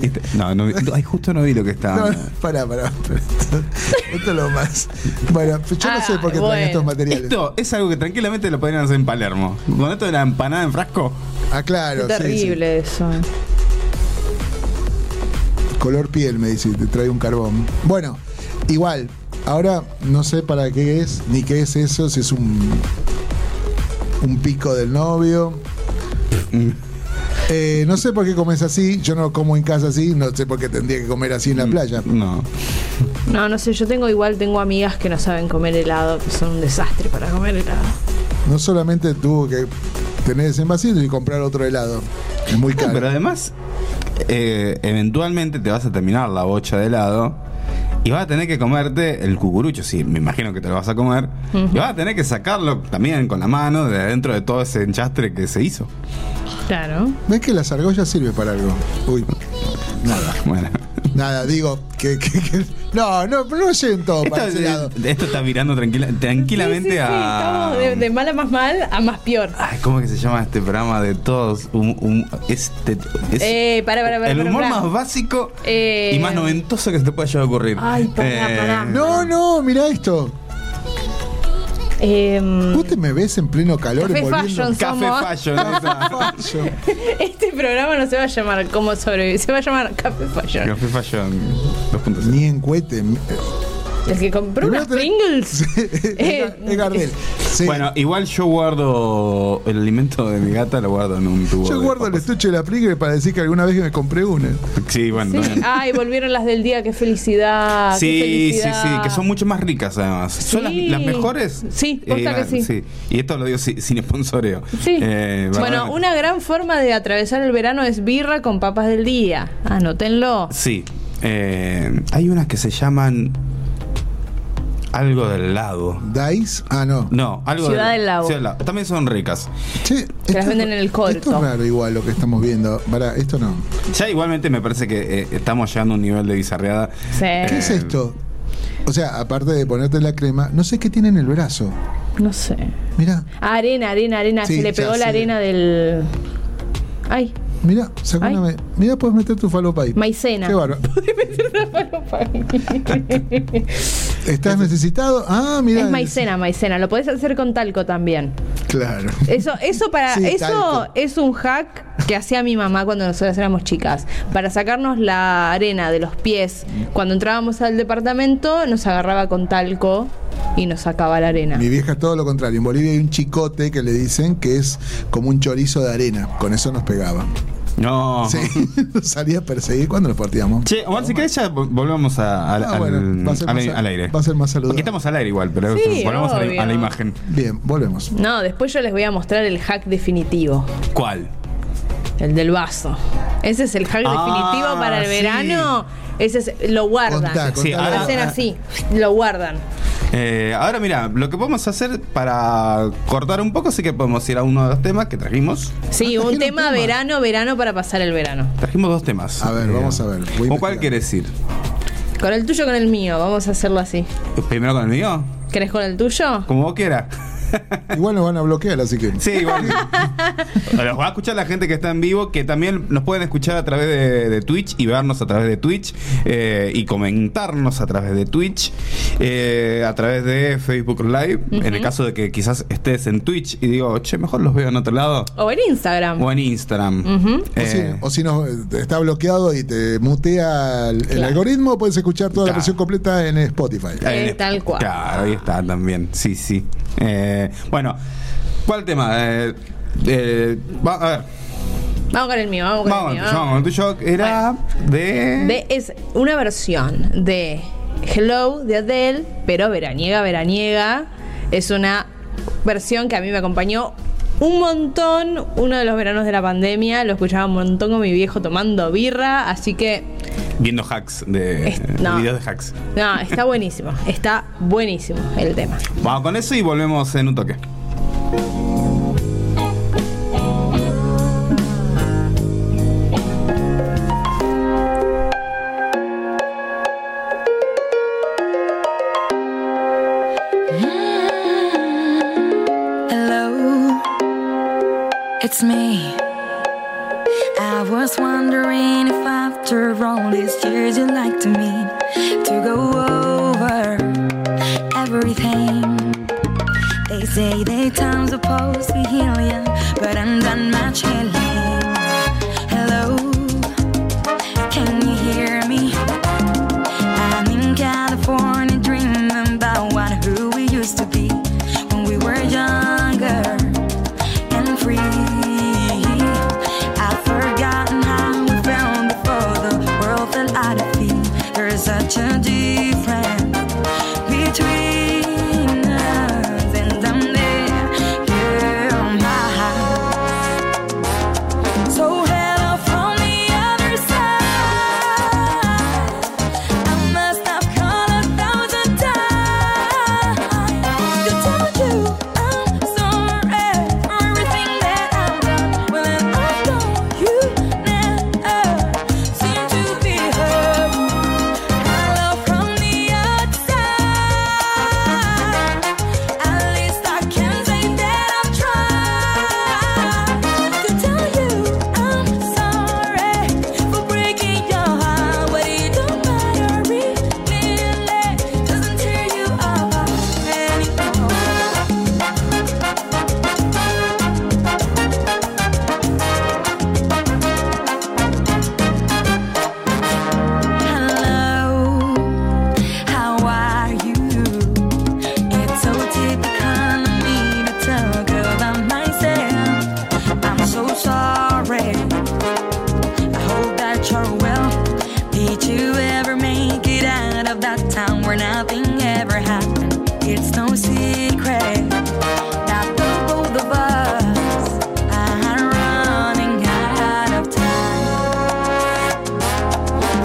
Este- No, no, vi- ay, justo no vi lo que No, estaba. no, pará, pará. pero Esto, esto es lo más. Bueno, yo no sé por qué traen Ah, bueno. estos materiales. Esto es algo que tranquilamente lo podrían hacer en Palermo. Con esto de la empanada en frasco. Ah, claro. sí, sí. Terrible eso. Color piel, me dice, te trae un carbón. Bueno, igual. Ahora no sé para qué es, ni qué es eso, si es un, un pico del novio. Eh, no sé por qué comes así, yo no como en casa así, no sé por qué tendría que comer así en la playa. No. No, no sé, yo tengo igual, tengo amigas que no saben comer helado, que son un desastre para comer helado. No solamente tuvo que tener ese vacío y comprar otro helado. Es muy No, caro. Pero además, eh, eventualmente te vas a terminar la bocha de helado y vas a tener que comerte el cucurucho, sí, me imagino que te lo vas a comer. Y vas a tener que sacarlo también con la mano de adentro de todo ese enchastre que se hizo. Claro. ¿Ves que las argollas sirven para algo? Uy, nada. Bueno. Nada, digo que, que- que- no, no, pero no lleguen todos para ese Esto, lado. esto está virando tranquila- tranquilamente a. Estamos de, de mal a más mal a más peor. Ay, ¿cómo que se llama este programa de todos? Un- un- este, es Eh, para, para, para. el humor para, más básico Eh, y más noventoso que se te pueda llegar a ocurrir. Eh, Ay, pará, pará. No, no, mirá esto. Em, Vos te me ves en pleno calor Café envolviendo. Fashion. Café Somos- fallo. ¿no? O sea, Fashion. este programa no se va a llamar Cómo sobrevivir, se va a llamar Café Fashion. Café Fashion 2.0. Ni en cohete. El que compró unas Pringles. Eh, es es Gardel. Sí. Bueno, igual yo guardo el alimento de mi gata, lo guardo en un tubo. yo de guardo el papas. estuche de la Pringles para decir que alguna vez que me compré una. Sí, bueno. Sí. también. Ay, volvieron las del día, qué felicidad. Ah, qué Sí, sí, felicidad. sí, que son mucho más ricas además. ¿Son las, Sí. las mejores? Sí, posta que sí. Y esto lo digo si- sin sponsoreo. Sí. Eh, bueno, verdaderamente. una gran forma de atravesar el verano es birra con papas del día. Anótenlo. Sí. Eh, hay unas que se llaman algo del lago. Dice. Ah, no. No, algo Ciudad del Lago. Ciudad También son ricas. Che, Que las venden en el Corto. Esto es raro igual lo que estamos viendo. Pará, esto no. Ya igualmente me parece que eh, estamos llegando a un nivel de bizarreada. Sí. ¿Qué Eh. es esto? O sea, aparte de ponerte la crema, no sé qué tiene en el brazo. No sé. Mirá, Arena, arena, arena. Sí, se le ya pegó la sé. arena del. Ay, mirá, sacó una Ay. me- Mirá, puedes meter tu falopa ahí. maicena. Qué bárbaro. ¿Estás necesitado? Ah, mira. es maicena, maicena. Lo podés hacer con talco también. Claro. Eso, eso para. Sí, eso talco. es un hack que hacía mi mamá cuando nosotras éramos chicas. Para sacarnos la arena de los pies. Cuando entrábamos al departamento, nos agarraba con talco y nos sacaba la arena. Mi vieja es todo lo contrario. En Bolivia hay un chicote que le dicen que es como un chorizo de arena. Con eso nos pegaba. No. Sí, nos salía a perseguir cuando nos partíamos. Che, Juan, si querés ya vol- volvamos a- al- Ah, al- bueno, va a ser al, más- al aire. va a ser más saludable. Porque estamos al aire igual, pero Sí, volvamos a la, obvio. a la imagen. Bien, volvemos. No, después yo les voy a mostrar el hack definitivo. ¿Cuál? El del vaso. Ese es el hack Ah, definitivo para el sí. verano. Ese es- lo guardan. Contá, contá Sí, la ahora- verdad. Hacen así, lo guardan. Eh, ahora mira, lo que podemos hacer para cortar un poco, sí que podemos ir a uno de los temas que trajimos. Sí, Ah, un trajeron tema, tema. verano, verano para pasar el verano. Trajimos dos temas. A ver, vamos a ver, voy ¿O cuál investigando. querés ir? Con el tuyo, con el mío, vamos a hacerlo así. ¿Primero con el mío? ¿Querés con el tuyo? Como vos quieras. Igual nos van a bloquear, así que. Sí, igual. Los va a escuchar la gente que está en vivo, que también nos pueden escuchar a través de, de Twitch y vernos a través de Twitch eh, y comentarnos a través de Twitch, eh, a través de Facebook Live. En el caso de que quizás estés en Twitch y digo, che, mejor los veo en otro lado. O en Instagram. O en Instagram. Ujú. O si- Eh, o si no, eh, está bloqueado y te mutea el, el Claro. algoritmo, puedes escuchar toda la Claro. versión completa en Spotify. Eh, Eh, tal cual. Claro, ahí está también. Sí, sí. Eh, bueno, ¿cuál tema? Eh, eh, va- a ver, Vamos con el mío, vamos con vamos, el mío. empezamos con el tuyo. Era de. De- es una versión de Hello de Adele, pero veraniega, veraniega. Es una versión que a mí me acompañó un montón, uno de los veranos de la pandemia. Lo escuchaba un montón con mi viejo tomando birra, así que Viendo hacks, de, Es- no. videos de hacks. no, está buenísimo, está buenísimo el tema. Vamos con eso y volvemos en un toque. Hello, it's me. I was wondering if after all these years you'd like to meet to go over everything. They say that time's supposed to heal you, but I'm done much healing. Hello, can you hear me? I'm in California dreaming about what who we used to be when we were younger and free. I've forgotten how we felt before the world fell out of feet. There's such a difference between us and someday you're mine. So hello from the other side. I must have called a thousand times to tell you I'm sorry for everything that I've done. Well, and I know you never seem to be hurt. Hello from the outside. At least I can say that I've tried to tell you I'm sorry for breaking your heart, but it don't matter really. Doesn't tear you apart anymore. Hello, how are you? It's so typical of me to talk about myself. I'm so sorry. I hope that you're well. Did you ever make it out of that town where nothing ever happened? It's no secret that the both of us are running out of time.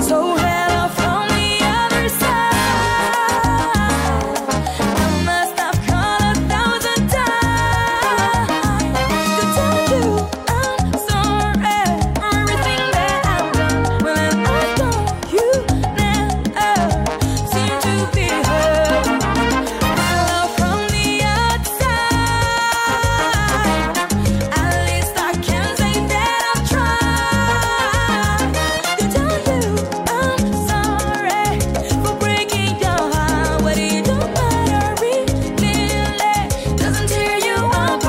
So hello from the other side. I must have called a thousand times to tell you I'm sorry for everything that I've done. Well, and I know you never seem to be hurt. Hello from the outside. At least I can say that I've tried to tell you I'm sorry for breaking your heart. What you don't matter really doesn't tear you apart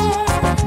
anymore. Anymore.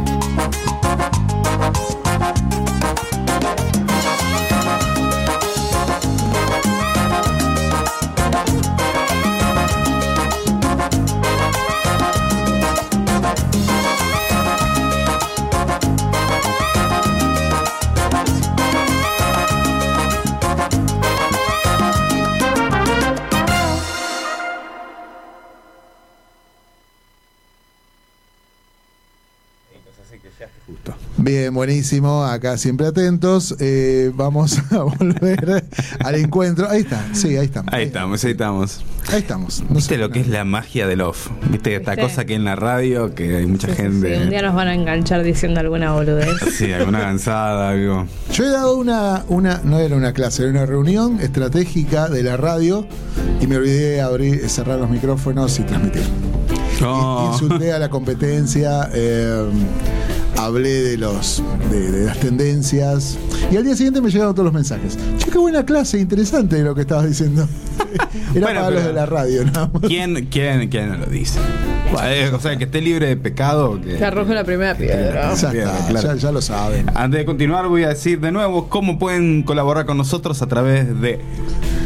Bien, buenísimo. Acá siempre atentos. Eh, vamos a volver al encuentro. Ahí está, sí, ahí estamos. Ahí estamos, ahí estamos. Ahí estamos. No ¿Viste sé. lo que es la magia del off? ¿Viste esta ¿Viste? cosa que en la radio que hay mucha Sí, sí, gente. sí, un día nos van a enganchar diciendo alguna boludez. Sí, alguna cansada, algo. Yo he dado una, una, no era una clase, era una reunión estratégica de la radio y me olvidé abrir, cerrar los micrófonos y transmitir. No. Insulté a la competencia, eh, hablé de los de, de las tendencias y al día siguiente me llegaron todos los mensajes. Che, qué buena clase, interesante lo que estabas diciendo. Bueno, Era para pero- los de la radio, nada más. ¿Quién, quién, quién no lo dice? Eh, O sea, que esté libre de pecado. Que, Te arrojo la primera piedra. Ya, Ah, Bien, está, claro. ya- ya lo saben. Antes de continuar, voy a decir de nuevo cómo pueden colaborar con nosotros a través de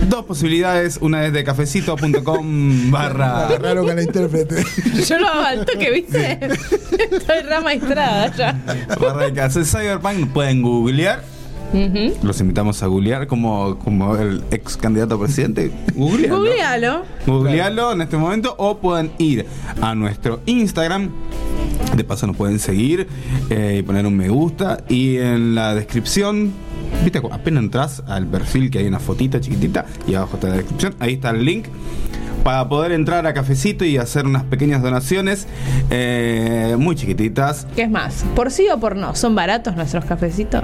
dos posibilidades. Una es de cafecito.com barra. Está raro con la intérprete. Yo lo hago al toque, ¿viste? Estoy re maestrada ya. barra de café Cyberpunk. Pueden googlear. Ujú. Los invitamos a googlear como, como el ex candidato a presidente. Googlealo. Googlealo. Googlealo en este momento o pueden ir a nuestro Instagram. De paso nos pueden seguir eh, y poner un me gusta. Y en la descripción, viste, cu- apenas entras al perfil que hay una fotita chiquitita y abajo está la descripción. Ahí está el link para poder entrar a Cafecito y hacer unas pequeñas donaciones eh, muy chiquititas. ¿Qué es más? ¿Por sí o por no? ¿Son baratos nuestros cafecitos?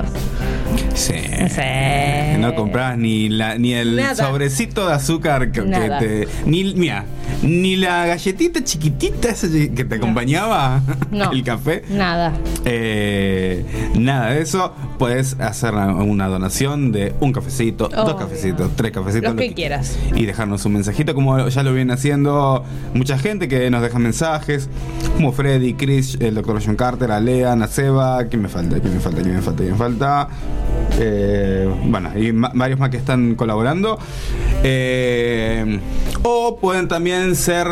Sí. Eh, Sí. Eh, No compras ni la ni el Nada. sobrecito de azúcar que, que Nada. te ni mira, ni la galletita chiquitita esa que te acompañaba No. el café. Nada. Eh, nada de eso, puedes hacer una- una donación de un cafecito, dos Obvio. cafecitos, tres cafecitos. Los que quieras. Y dejarnos un mensajito, como ya lo viene haciendo mucha gente que nos deja mensajes, como Freddy, Chris, el doctor John Carter, Alea, Naceba, ¿quién me falta? ¿Quién me falta? ¿Quién me falta? ¿Quién me falta? Eh, bueno, y ma- varios más que están colaborando. Eh, o pueden también ser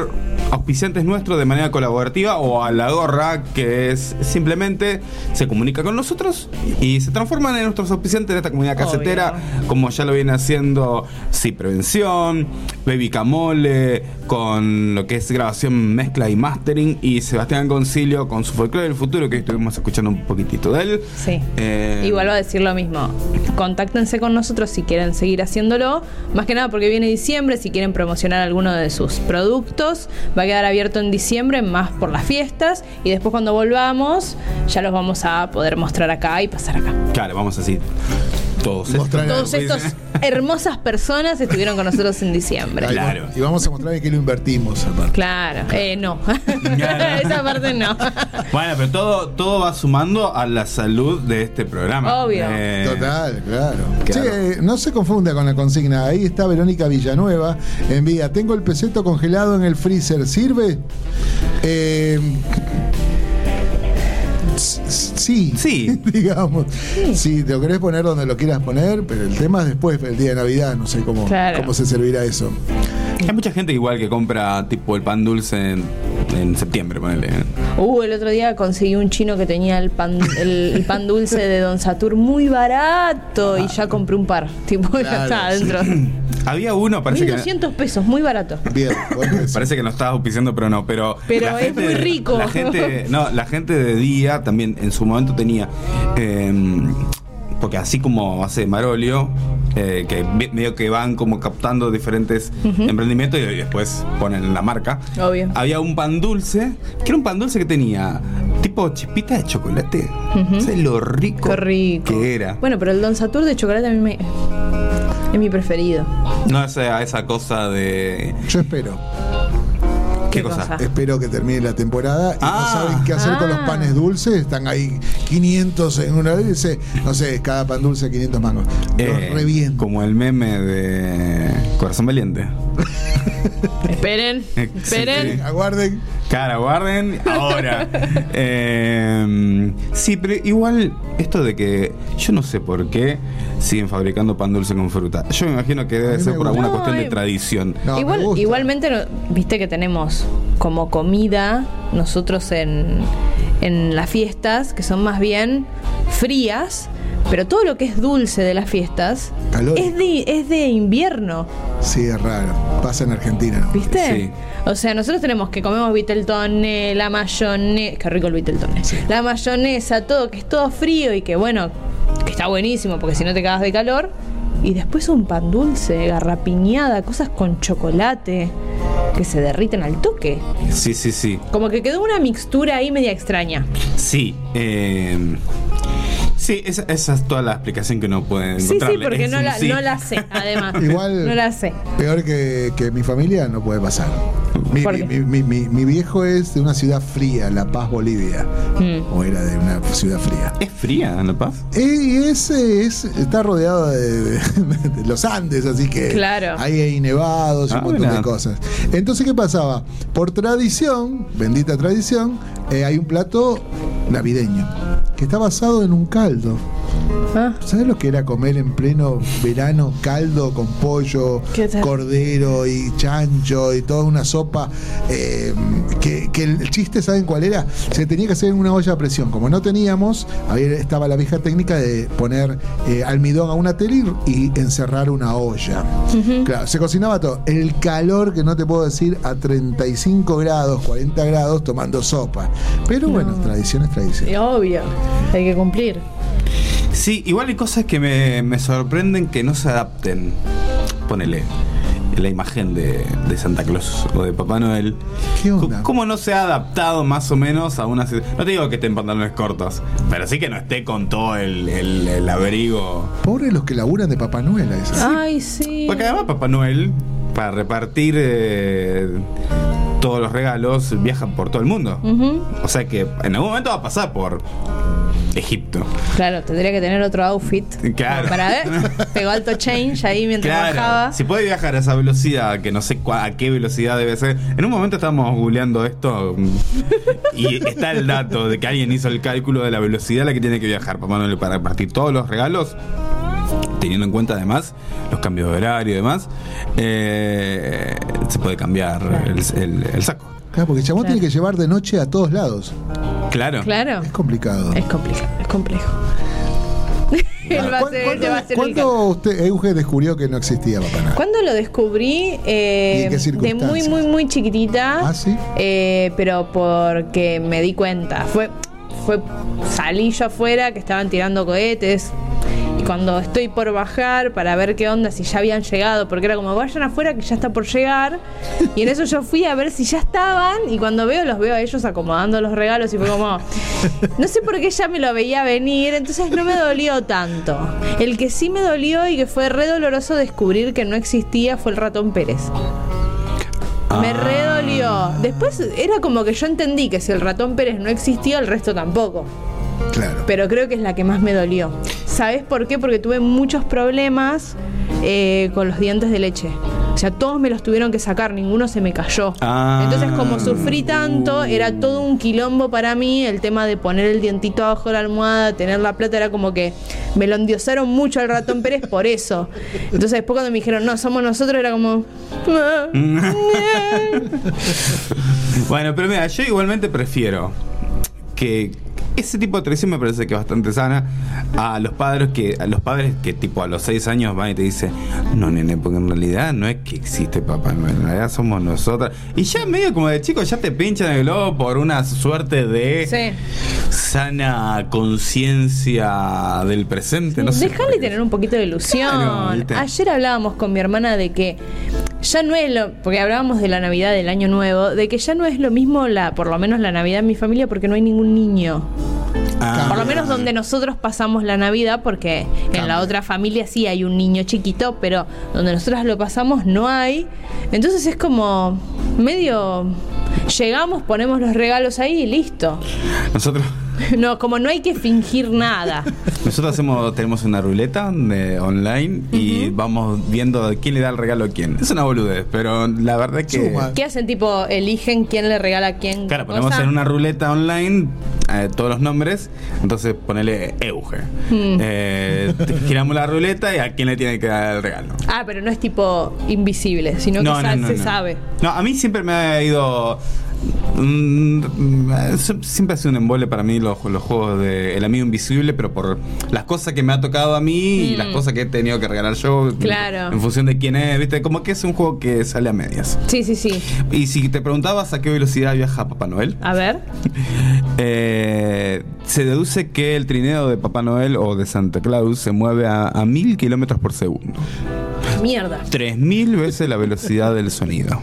auspiciantes nuestros de manera colaborativa o a la gorra, que es simplemente se comunica con nosotros y se transforman en nuestros auspiciantes de esta comunidad Obvio. casetera, como ya lo viene haciendo Sí Prevención, Baby Camole, con lo que es grabación, mezcla y mastering, y Sebastián Concilio con su folclore del futuro, que estuvimos escuchando un poquitito de él. Sí. Eh, Igual va a decir lo mismo. Contáctense con nosotros si quieren seguir haciéndolo. Más que nada porque viene diciembre, si quieren promocionar alguno de sus productos. Va a quedar abierto en diciembre, más por las fiestas. Y después cuando volvamos, ya los vamos a poder mostrar acá y pasar acá. Claro, vamos así. Todos Mostrar estos. Todos estos hermosas personas estuvieron con nosotros en diciembre. Claro. Y vamos a mostrar que lo invertimos aparte. Claro, eh, no. Claro. Esa parte no. Bueno, pero todo, todo va sumando a la salud de este programa. Obvio. Eh, Total, claro. Claro. Che, no se confunda con la consigna. Ahí está Verónica Villanueva. Envía, tengo el peseto congelado en el freezer. ¿Sirve? Eh, s- s- sí. Sí. Digamos. Sí. lo querés poner donde lo quieras poner, pero el tema es después, el día de Navidad. No sé cómo, Claro. cómo se servirá eso. Hay mucha gente igual que compra tipo el pan dulce en, en septiembre, ponele. ¿eh? Uh, el otro día conseguí un chino que tenía el pan, el, el pan dulce de Don Satur muy barato y ya compré un par. Tipo, ya Claro, está sí. adentro. Había uno, parece que. 1200 pesos, muy barato. Bien. bueno, eso. Parece que no estaba auspiciando, pero no, pero. Pero es muy rico. La gente, no, la gente de día también en su momento tenía. eh, porque así como hace Marolio, eh, que ve- medio que van como captando diferentes emprendimientos y después ponen la marca. Obvio. Había un pan dulce, que era un pan dulce que tenía tipo chispita de chocolate. ¿Sabes lo rico, Qué rico. que era? Bueno, pero el Don Satur de chocolate a mí me. Es mi preferido. No esa, esa cosa de. Yo espero. ¿Qué, ¿Qué cosa? cosa? Espero que termine la temporada y Ah. no saben qué hacer con los Ah. panes dulces. Están ahí 500 en una vez. Dice, no sé, cada pan dulce 500 mangos. Los Eh, reviento. Como el meme de Corazón Valiente. Esperen, Eh, esperen. sí, Aguarden. Cara, guarden ahora. Eh, sí, pero igual esto de que yo no sé por qué siguen fabricando pan dulce con fruta. Yo me imagino que A debe mí ser me por gusta. alguna No, cuestión de eh. tradición. No, me Igual, gusta. igualmente, no- viste que tenemos como comida nosotros en, en las fiestas, que son más bien frías, pero todo lo que es dulce de las fiestas Calor. es de, es de invierno, Sí, es raro. Pasa en Argentina. ¿no? ¿viste? Sí. O sea, nosotros tenemos que comemos viteltoné, la mayonesa, qué rico el viteltoné, la mayonesa, todo, que es todo frío y que bueno, que está buenísimo porque si no te cagas de calor. Y después un pan dulce, garrapiñada, cosas con chocolate. que se derriten al toque. Sí, sí, sí. Como que quedó una mixtura ahí media extraña. Sí, eh, sí, esa, esa es toda la explicación que no pueden Sí, encontrar. sí, porque no la, no la sé, además. Igual- No la sé. Peor que, que mi familia no puede pasar. Mi, ¿Por mi- qué? mi- mi- mi viejo es de una ciudad fría, La Paz, Bolivia. Mm. O era de una ciudad fría. ¿Es fría en La Paz? Y ese es, está rodeado de, de- de los Andes, así que Claro. ahí hay nevados y Ah, un montón mira. de cosas. Entonces, ¿qué pasaba? Por tradición, bendita tradición, eh, hay un plato navideño que está basado en un caldo. Ah. ¿Sabes lo que era comer en pleno verano caldo con pollo, ¿Qué tal? cordero y chancho y toda una sopa? eh, que, que el chiste, ¿saben cuál era? Se tenía que hacer en una olla a presión. Como no teníamos, había, estaba la vieja técnica de poner eh, almidón a una tela y- y encerrar una olla. Claro, se cocinaba todo. El calor, que no te puedo decir, a 35 grados, 40 grados, tomando sopa. Pero bueno, tradición es tradición. Y obvio, hay que cumplir. Sí, igual hay cosas que me, me sorprenden que no se adapten. Ponele la imagen de, de Santa Claus o de Papá Noel. ¿Qué onda? ¿Cómo no se ha adaptado más o menos a una... si- No te digo que esté en pantalones cortos, pero sí que no esté con todo el, el- el abrigo. Pobres los que laburan de Papá Noel a veces. Ay, sí. Porque además Papá Noel, para repartir eh, todos los regalos, viaja por todo el mundo. Ujú. O sea que en algún momento va a pasar por Egipto. Claro, tendría que tener otro outfit. Claro. Como Para ver, pegó alto change ahí mientras bajaba. si puede viajar a esa velocidad, que no sé cua- a qué velocidad debe ser. En un momento estábamos googleando esto mm, y está el dato de que alguien hizo el cálculo de la velocidad a la que tiene que viajar Papá Noel para repartir todos los regalos. Teniendo en cuenta además los cambios de horario y demás, eh, se puede cambiar el, el- el saco. Claro, porque el chabón Claro. tiene que llevar de noche a todos lados. Claro. Claro. Es complicado. Es complejo, es complejo. Él va a ¿Cuán- ser- Ah, ¿Cuánto, te va a hacer el cuánto usted, Euge, descubrió que no existía Papá Noel? Cuando lo descubrí, eh, ¿Y en qué de circunstancias? muy, muy, muy chiquitita. Ah, ¿sí? eh, pero porque me di cuenta. Fue, fue. Salí yo afuera que estaban tirando cohetes. Y cuando estoy por bajar para ver qué onda, si ya habían llegado, porque era como vayan afuera que ya está por llegar. Y en eso yo fui a ver si ya estaban. Y cuando veo, los veo a ellos acomodando los regalos. Y fue como, no sé por qué ya me lo veía venir. Entonces no me dolió tanto. El que sí me dolió y que fue re doloroso descubrir que no existía fue el ratón Pérez. Ah. Me redolió. Después era como que yo entendí que si el ratón Pérez no existía, el resto tampoco. Claro. Pero creo que es la que más me dolió. ¿Sabes por qué? Porque tuve muchos problemas eh, con los dientes de leche. O sea, todos me los tuvieron que sacar, ninguno se me cayó. Ah. Entonces, como sufrí tanto, Uh. era todo un quilombo para mí el tema de poner el dientito abajo de la almohada, tener la plata, era como que me lo endiosaron mucho al ratón Pérez por eso. Entonces, después cuando me dijeron, no, somos nosotros, era como. "Ah, eh". Bueno, pero mira, yo igualmente prefiero que ese tipo de tradición me parece que es bastante sana a los padres que a los padres que tipo a los seis años van y te dicen no nene porque en realidad no es que existe papá Noel, en realidad somos nosotros y ya medio como de chico ya te pinchan el globo por una suerte de Sí. sana conciencia del presente no sé Dejale tener un poquito de ilusión. Claro, ¿viste? Ayer hablábamos con mi hermana de que ya no es lo. Porque hablábamos de la Navidad del Año Nuevo, de que ya no es lo mismo, la por lo menos la Navidad en mi familia, porque no hay ningún niño. Ah, Por lo menos donde nosotros pasamos la Navidad, porque en la otra familia sí hay un niño chiquito, pero donde nosotras lo pasamos no hay. Entonces es como medio. Llegamos, ponemos los regalos ahí y listo. nosotros No, como no hay que fingir nada. Nosotros hacemos, tenemos una ruleta de online y vamos viendo quién le da el regalo a quién. Es una boludez, pero la verdad que. Suma. ¿Qué hacen? Tipo, eligen quién le regala a quién. Claro, cosa? ponemos en una ruleta online eh, todos los nombres, entonces ponele Euge. Eh, te- giramos la ruleta y a quién le tiene que dar el regalo. Ah, pero no es tipo invisible, sino que sa- se no. sabe. No, a mí siempre me ha ido. mm, mm, sie- Siempre ha sido un embole para mí los, los juegos de El Amigo Invisible, pero por las cosas que me ha tocado a mí y las cosas que he tenido que regalar yo. Mm. Claro. En función de quién es, ¿viste? Como que es un juego que sale a medias. Sí, sí, sí. Y si te preguntabas a qué velocidad viaja Papá Noel, A ver. eh, se deduce que el trineo de Papá Noel o de Santa Claus se mueve a, a mil kilómetros por segundo. mierda. 3.000 veces la velocidad del sonido.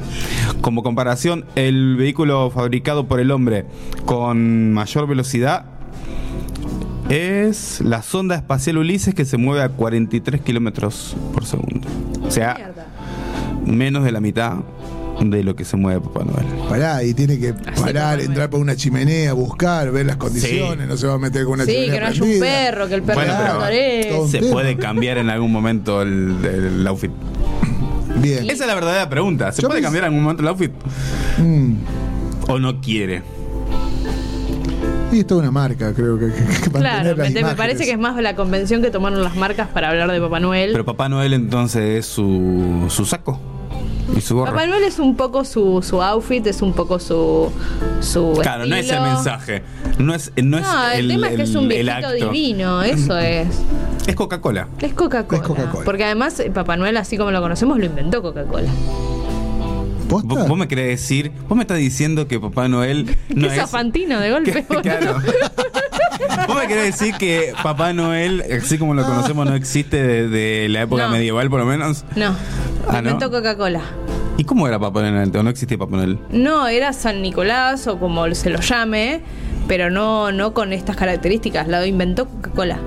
Como comparación, el vehículo fabricado por el hombre con mayor velocidad es la sonda espacial Ulises que se mueve a 43 kilómetros por segundo. O Ah. sea, Mierda. menos de la mitad de lo que se mueve Papá Noel. Pará, y tiene que parar, totalmente. entrar por una chimenea, buscar, ver las condiciones, no se va a meter con una Sí, chimenea. que no haya un prendida. perro, que el perro Bueno, no pero- adore. Todo- Un Se tema. puede cambiar en algún momento el, el outfit. Bien. Esa es la verdadera pregunta. ¿Se Yo puede pens- cambiar en algún momento el outfit? Mm. ¿O no quiere? Y esto es una marca, creo que. que- que para Claro, tener las me, me imágenes. parece que es más la convención que tomaron las marcas para hablar de Papá Noel. Pero Papá Noel entonces es su, su saco y su gorra. Papá Noel es un poco su, su outfit, es un poco su. su Claro, no es el estilo. mensaje. No es, no es No, el, tema es que es un el viejito acto. divino, eso es. Es Coca-Cola. Es Coca-Cola. Es Coca-Cola. Porque además eh, Papá Noel, así como lo conocemos, lo inventó Coca-Cola. ¿Posta? ¿Vos, vos me querés decir, vos me estás diciendo que Papá Noel no Qué es. zafantino de que- golpe. boludo. claro. Vos me querés decir que Papá Noel, así como lo conocemos, no existe desde la época No. medieval, por lo menos. No, lo Ah, ¿no? inventó Coca-Cola. ¿Y cómo era Papá Noel antes? ¿O no existía Papá Noel? No, era San Nicolás o como se lo llame, pero no, no con estas características, lo inventó Coca-Cola.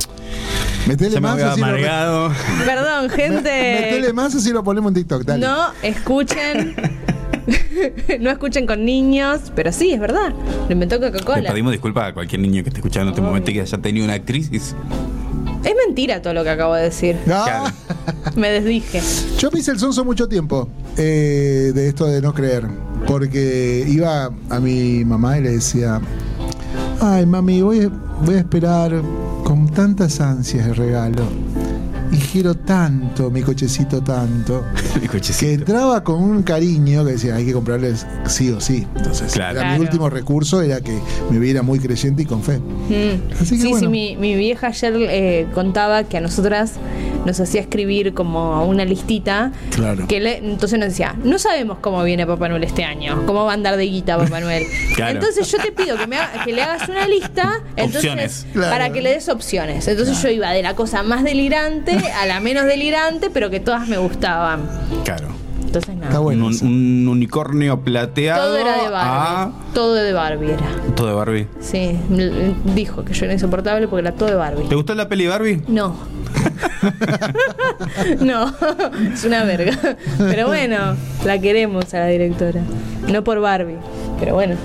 Metele Ya me más había así. lo- amargado. Perdón, Metele gente. más así lo ponemos en TikTok, dale. Este- No escuchen. no escuchen con niños, pero sí, es verdad. Lo inventó Le Coca-Cola. pedimos disculpas a cualquier niño que esté escuchando en este momento y que haya tenido una crisis. Es mentira todo lo que acabo de decir. Ah, Claro. Me desdije. Yo me hice el sonso mucho tiempo eh, de esto de no creer. Porque iba a mi mamá y le decía: Ay, mami, voy, voy a esperar con tantas ansias el regalo. Y quiero tanto, mi cochecito tanto. Mi cochecito. que entraba con un cariño que decía hay que comprarles sí o sí. Entonces, Claro. era mi Claro. último recurso era que me viera muy creyente y con fe. Mm. Así que sí, sí, bueno. mi, mi vieja ayer eh, contaba que a nosotras nos hacía escribir como una listita. Claro. Que le- entonces nos decía, no sabemos cómo viene Papá Noel este año, cómo va a andar de guita Papá Noel. Claro. Entonces yo te pido que, me haga- que le hagas una lista entonces, Opciones. Claro. para que le des opciones. Entonces yo iba de la cosa más delirante a la menos delirante, pero que todas me gustaban. Claro. Entonces Está nada. bueno. un, eso. un unicornio plateado. Todo era de Barbie. Ah. a- Todo de Barbie era. Todo de Barbie. Sí, l- dijo que yo era insoportable porque era todo de Barbie. ¿Te gustó la peli Barbie? No. no, es una verga. Pero bueno, la queremos a la directora. No por Barbie, pero bueno.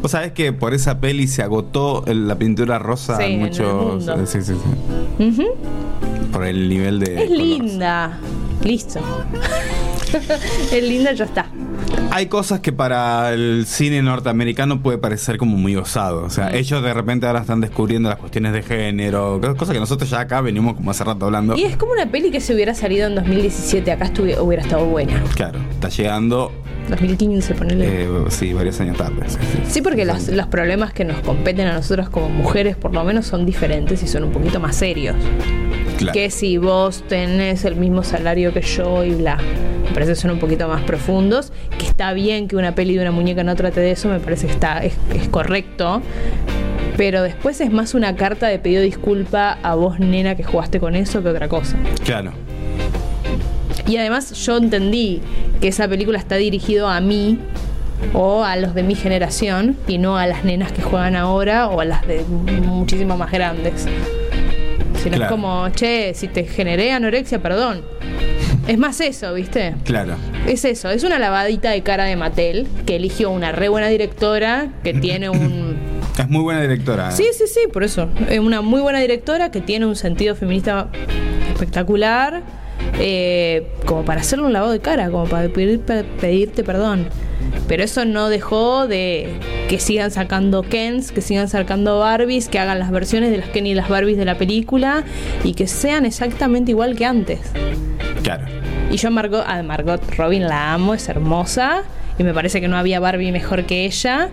Vos sabés que por esa peli se agotó el- la pintura rosa Sí, en en el muchos. mundo. sí, sí, sí. Ujú. Por el nivel de. Es color. linda. Listo. es linda, ya está. Hay cosas que para el cine norteamericano puede parecer como muy osado. O sea, ellos de repente ahora están descubriendo las cuestiones de género, co- cosas que nosotros ya acá venimos como hace rato hablando. Y es como una peli que se hubiera salido en 2017. Acá estuvi- hubiera estado buena. Claro, está llegando, 2015, ponele. eh, sí, varios años tarde. sí, sí. Sí, porque las- los problemas que nos competen a nosotras como mujeres, por lo menos, son diferentes y son un poquito más serios. Claro. que si vos tenés el mismo salario que yo y bla. Me parece que son un poquito más profundos. Que está bien que una peli de una muñeca no trate de eso, me parece que está, es, es correcto. Pero después es más una carta de pedido de disculpa a vos, nena, que jugaste con eso que otra cosa. Claro. Y además yo entendí que esa película está dirigido a mí o a los de mi generación y no a las nenas que juegan ahora o a las de muchísimo más grandes. Sino es Claro. como, che, si te generé anorexia, perdón. Es más eso, ¿viste? Claro. Es eso, es una lavadita de cara de Mattel que eligió una re buena directora que tiene un... Es muy buena directora. ¿eh? Sí, sí, sí, por eso. Es una muy buena directora que tiene un sentido feminista espectacular. eh, como para hacerle un lavado de cara, como para pedir- para pedirte perdón. Pero eso no dejó de que sigan sacando Kens, que sigan sacando Barbies, que hagan las versiones de las Ken y las Barbies de la película y que sean exactamente igual que antes. Claro. Y yo a Margot, a Margot Robin la amo, es hermosa. Y me parece que no había Barbie mejor que ella.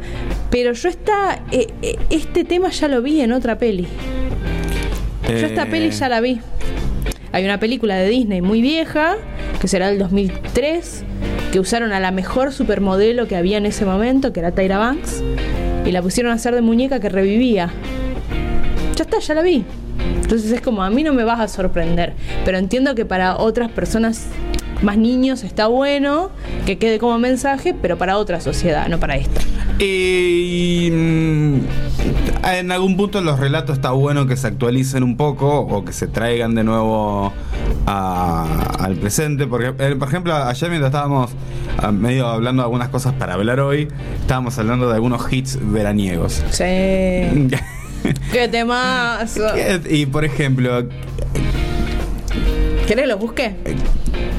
Pero yo esta, eh, eh, este tema ya lo vi en otra peli. Yo esta Eh, peli ya la vi. Hay una película de Disney muy vieja, que será del 2003, que usaron a la mejor supermodelo que había en ese momento, que era Tyra Banks, y la pusieron a hacer de muñeca que revivía. Ya está, ya la vi. Entonces es como, a mí no me vas a sorprender, pero entiendo que para otras personas más niños está bueno, que quede como mensaje, pero para otra sociedad, no para esta. Y mm, en algún punto los relatos está bueno que se actualicen un poco o que se traigan de nuevo a- al presente. Porque, eh, por ejemplo, ayer mientras estábamos ah, medio hablando de algunas cosas para hablar hoy, estábamos hablando de algunos hits veraniegos. Sí. ¡Qué temazo! y por ejemplo, ¿Querés los busque?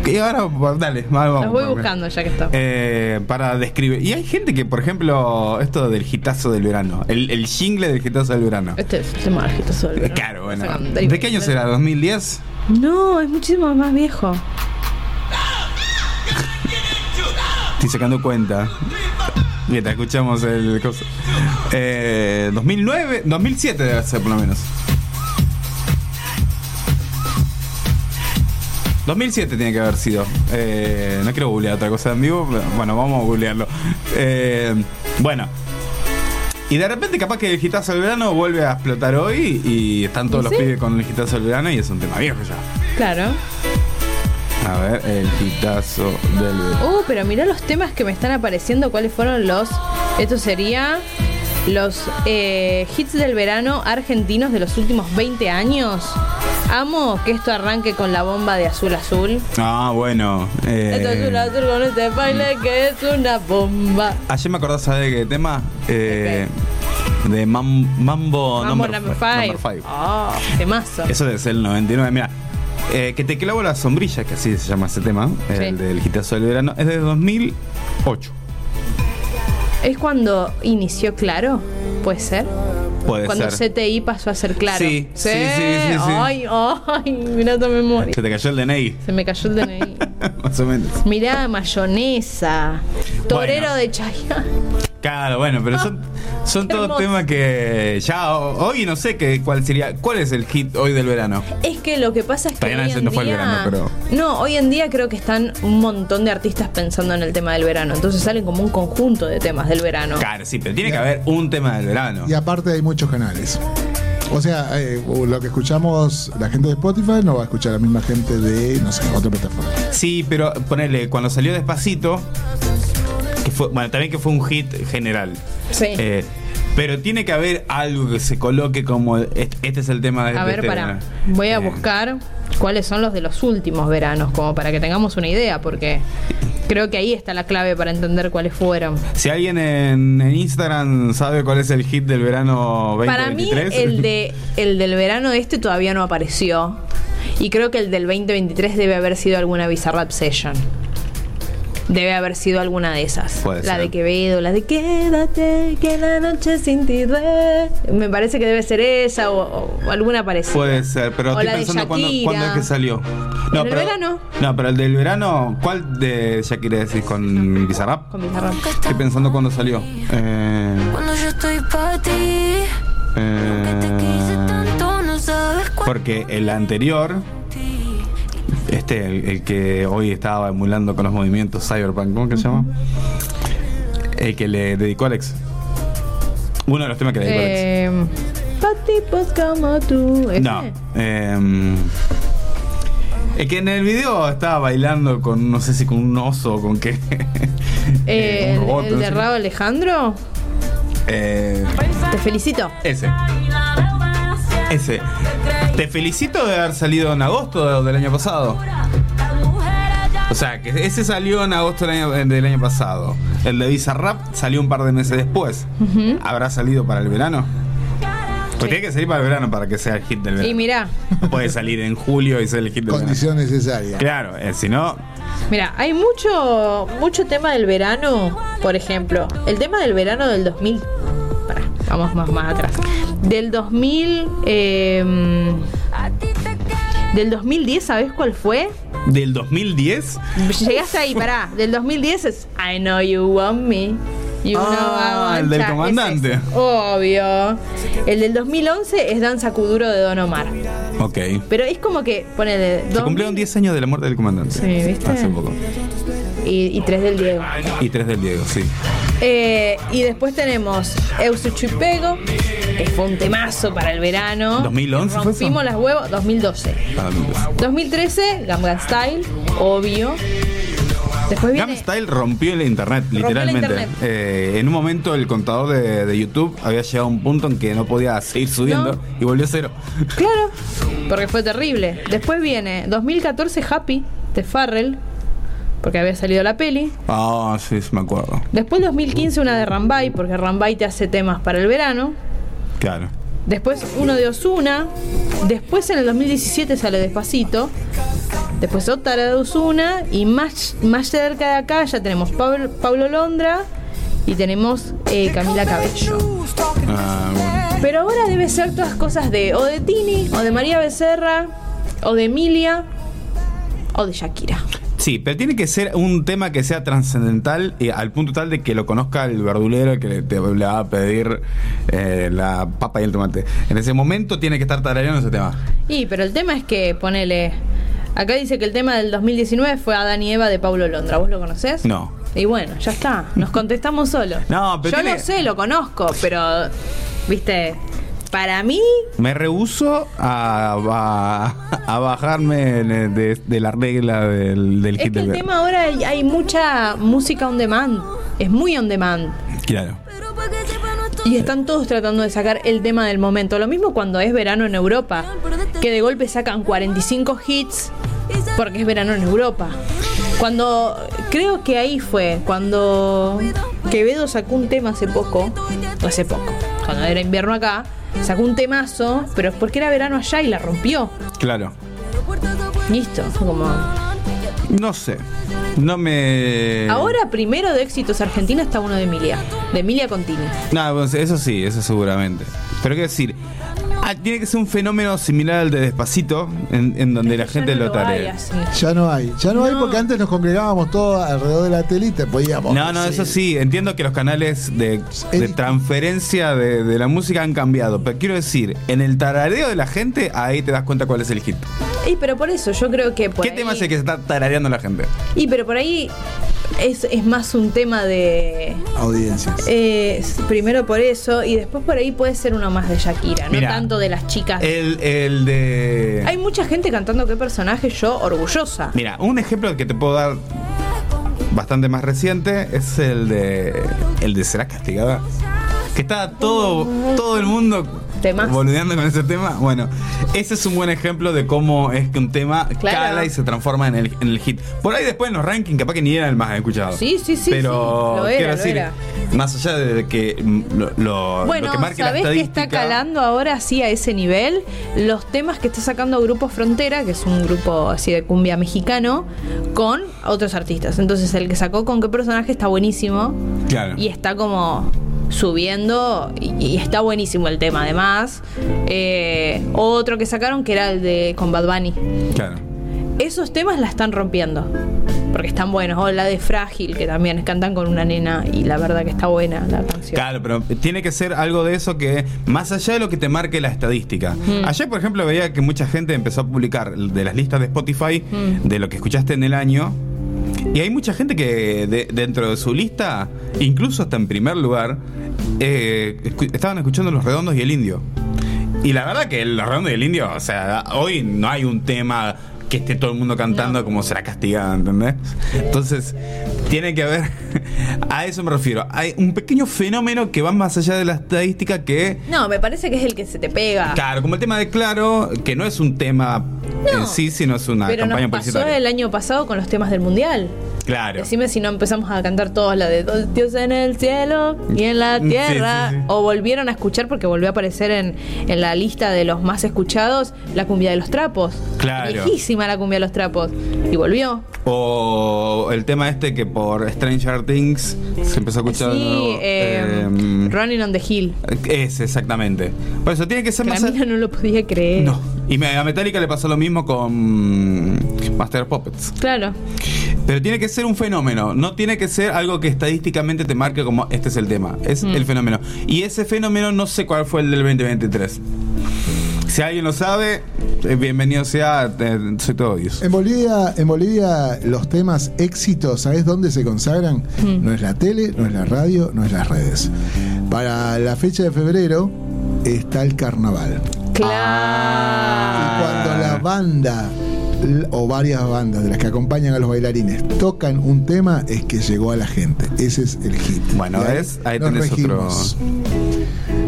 y ahora dale, vamos. Los voy vamos. buscando ya que está. Eh, para describir. Y hay gente que, por ejemplo, esto del hitazo del verano, el, el jingle del hitazo del verano. Este es el tema del sol. Eh, Claro, bueno. ¿De qué año será? ¿2010? No, es muchísimo más viejo. Estoy sacando cuenta. Mientras escuchamos el coso. Eh, 2009, 2007 debe ser por lo menos. 2007 tiene que haber sido. Eh, no quiero googlear otra cosa en vivo, pero bueno, vamos a googlearlo. Eh, bueno. Y de repente capaz que el hitazo del verano vuelve a explotar hoy y están todos ¿Y los sí? pibes con el hitazo del verano y es un tema viejo ya. Claro. A ver, el hitazo del verano. Uh, pero mirá los temas que me están apareciendo, cuáles fueron los... Esto sería los eh, hits del verano argentinos de los últimos 20 años. Amo que esto arranque con la bomba de azul azul. Ah, bueno. eh, Esto es azul azul con este baile que es una bomba. Ayer me acordé, ¿sabes de qué tema? Eh, De Mam- Mambo, Mambo number number fi- five. number five. Ah, temazo. Eso debe ser el 99. Mira, eh, que te clavo la sombrilla, que así se llama ese tema, el Sí. del hitazo del verano, es de 2008. ¿Es cuando inició Claro? ¿Puede ser? Puede cuando ser. CTI pasó a ser Claro. Sí, sí, sí, sí, sí. Este- Ay, ay, mirá tu memoria. Se te cayó el DNI. Se me cayó el DNI. Más o menos. Mirá, mayonesa. Torero Bueno. de Chayanne. Claro, bueno, pero son, son todos Hermoso. temas que ya ho- hoy no sé qué cuál sería. ¿Cuál es el hit hoy del verano? Es que lo que pasa es que. Todavía hoy no, en no fue el día, verano, No, hoy en día creo que están un montón de artistas pensando en el tema del verano. Entonces salen como un conjunto de temas del verano. Claro, sí, pero tiene que haber un tema del verano. Y aparte hay muchos canales. O sea, eh, lo que escuchamos la gente de Spotify no va a escuchar la misma gente de, no sé, otra plataforma. Sí, pero ponele, cuando salió Despacito, que fue, bueno, también que fue un hit general. Sí. Eh, pero tiene que haber algo que se coloque como este, este es el tema de a de ver, este pará. verano. Voy a Eh, buscar cuáles son los de los últimos veranos, como para que tengamos una idea, porque creo que ahí está la clave para entender cuáles fueron. Si alguien en, en Instagram sabe cuál es el hit del verano 2023. Para mí, el, de, el del verano este todavía no apareció. Y creo que el del 2023 debe haber sido alguna Bizarrap Session. Debe haber sido alguna de esas. Puede la ser. de Quevedo, la de Quédate, que la noche sin ti duele. Me parece que debe ser esa o, o alguna parecida. Puede ser, pero O la estoy de pensando cuándo, Shakira. cuándo es que salió. ¿El del verano? No, pero el del verano, ¿cuál de Shakira decís con Bizarrap? Con Bizarrap. Estoy pensando cuándo salió. Eh, Cuando yo estoy para ti, que te quise eh, tanto, no sabes cuánto. Porque el anterior, este, el, el que hoy estaba emulando con los movimientos Cyberpunk, ¿cómo que se llama? El que le dedicó Alex. Uno de los temas que le dedicó Alex. Eh, pa' tipos como tú. ¿Ese? No. eh, el que en el video estaba bailando con, no sé si con un oso o con qué. Eh, Un el, robot, el de no sé. Rabo Alejandro. Eh, Te felicito. ese. Ese. Te felicito de haber salido en agosto del año pasado. O sea, que ese salió en agosto del año, del año pasado. El de Bizarrap salió un par de meses después. ¿Habrá salido para el verano? Pues tiene que salir para el verano para que sea el hit del verano. Y mirá, No Puede salir en julio y ser el hit del Condición necesaria. verano. Claro, eh, si no, Mira, hay mucho mucho tema del verano, por ejemplo, el tema del verano del 2000. Pará, vamos más más atrás. Del 2000 eh, del 2010, ¿sabes cuál fue? del 2010. Llegaste ahí, pará. Del 2010 es I know you want me. You Ah, know I want el del ya. Es comandante. ese, obvio. El del 2011 es Danza Kuduro de Don Omar. Ok. Pero es como que, ponele. Se 2000 cumplieron 10 años de la muerte del comandante. Sí, ¿viste? Hace poco. y, y 3 del Diego. Y 3 del Diego, sí. Eh, y después tenemos Eusuchupego, que fue un temazo para el verano. ¿2011 fue eso? Rompimos las huevos, 2012. Para mí. 2013, Gangnam Style. obvio. Después viene. Gamstyle rompió el internet, Rompió el literalmente. internet. Eh, en un momento el contador de, de YouTube había llegado a un punto en que no podía seguir subiendo No. y volvió a cero. Claro, porque fue terrible. Después viene 2014 Happy de Farrell, porque había salido la peli. Ah, sí, sí, me acuerdo. Después 2015 una de Rambay, porque Rambay te hace temas para el verano. Claro. Después uno de Osuna. Después en el 2017 sale Despacito. Después otra de Osuna. Y más, más cerca de acá ya tenemos Pablo, Pablo Londra y tenemos eh, Camila Cabello. Ah, bueno. Pero ahora debe ser todas cosas de o de Tini, o de María Becerra, o de Emilia, o de Shakira. Sí, pero tiene que ser un tema que sea trascendental eh, al punto tal de que lo conozca el verdulero que le, te- le va a pedir eh, la papa y el tomate. En ese momento tiene que estar tarareando ese tema. Y, pero el tema es que, ponele. Acá dice que el tema del 2019 fue Adán y Eva de Pablo Londra. ¿Vos lo conocés? No. Y bueno, ya está. Nos contestamos solos. No, pero Yo tiene- lo sé, lo conozco, pero. Viste. Para mí, Me rehuso a, a- a bajarme de, de- de la regla del, del es hit que el del- tema ahora hay, hay mucha música on demand. Es muy on demand. Claro. Y están todos tratando de sacar el tema del momento. Lo mismo cuando es verano en Europa, que de golpe sacan 45 hits porque es verano en Europa. Cuando creo que ahí fue cuando Quevedo sacó un tema hace poco, hace poco, cuando era invierno acá, sacó un temazo, pero es porque era verano allá y la rompió. Claro. Listo, fue como No sé. No me. Ahora primero de éxitos argentina está uno de Emilia, de Emilia Contini. No, pues, eso sí, eso seguramente. Pero quiero decir, ah, tiene que ser un fenómeno similar al de Despacito, en, en donde la gente lo tarea. Ya no hay. Ya no, hay No. porque antes nos congregábamos todos alrededor de la tele y te podíamos. No, no, eso sí, entiendo que los canales de, de Es- transferencia de, de la música han cambiado, pero quiero decir, en el tarareo de la gente, ahí te das cuenta cuál es el hit. Y pero por eso yo creo que por ¿Qué ahí- tema es el que se está tarareando la gente? Y pero por ahí es, es más un tema de. Audiencias. eh, es- primero por eso, y después por ahí puede ser uno más de Shakira, no Mira, tanto de las chicas. El, el de... Hay mucha gente cantando qué personaje yo orgullosa. Mira, un ejemplo que te puedo dar bastante más reciente es el de el de será castigada. Que está todo todo el mundo Temazo. boludeando con ese tema. Bueno, ese es un buen ejemplo de cómo es que un tema Claro. cala y se transforma en el, en el hit. Por ahí después en los rankings capaz que ni era el más escuchado. Sí, sí, sí, Pero sí. Lo era, quiero lo decir, era. más allá de que mm, lo, lo- Bueno, lo que marque la ¿sabés que está estadística- calando ahora así a ese nivel? Los temas que está sacando Grupo Frontera, que es un grupo así de cumbia mexicano, con otros artistas. Entonces, el que sacó con qué personaje está buenísimo. Claro. Y está como subiendo y, y está buenísimo el tema además. Eh, otro que sacaron que era el de con Bad Bunny. Claro. Esos temas la están rompiendo. Porque están buenos. O la de Frágil, que también cantan con una nena y la verdad que está buena la canción. Claro, pero tiene que ser algo de eso que, más allá de lo que te marque la estadística. Ayer, por ejemplo, veía que mucha gente empezó a publicar de las listas de Spotify, de lo que escuchaste en el año. Y hay mucha gente que de- dentro de su lista, incluso hasta en primer lugar, eh, escu- estaban escuchando Los Redondos y El Indio. Y la verdad que Los Redondos y El Indio, o sea, hoy no hay un tema que esté todo el mundo cantando como será castigada, ¿entendés? Entonces, tiene que haber, a eso me refiero, hay un pequeño fenómeno que va más allá de la estadística que... No, me parece que es el que se te pega. Claro, como el tema de Claro, que no es un tema en sí, sino es una Pero campaña nos pasó publicitaria. el año pasado con los temas del mundial. Claro. Decime si no empezamos a cantar todos la de Dos Dios en el cielo y en la Sí, sí, tierra. sí. O volvieron a escuchar porque volvió a aparecer en, en la lista de los más escuchados la cumbia de los trapos. Claro. Viejísima la cumbia de los trapos. Y volvió. O el tema este que por Stranger Things se empezó a escuchar. de sí, nuevo. eh, Em, Running on the Hill. ese, exactamente. Por eso tiene que ser Que la más. a- mina no lo podía creer. No. Y me- a Metallica le pasó lo mismo con Master of Puppets. Claro. Pero tiene que ser un fenómeno. No tiene que ser algo que estadísticamente te marque como este es el tema. Es el fenómeno. Y ese fenómeno no sé cuál fue el del 2023. Si alguien lo sabe, eh, bienvenido sea. eh, soy todo Dios. En Bolivia, en Bolivia los temas éxitos, ¿sabes dónde se consagran? No es la tele, no es la radio, no es las redes. Para la fecha de febrero está el carnaval. Claro. Ah. Y cuando la banda l- o varias bandas de las que acompañan a los bailarines tocan un tema, es que llegó a la gente. Ese es el hit. Bueno, Y ahí ¿ves? Ahí nos tenés otro. regimos.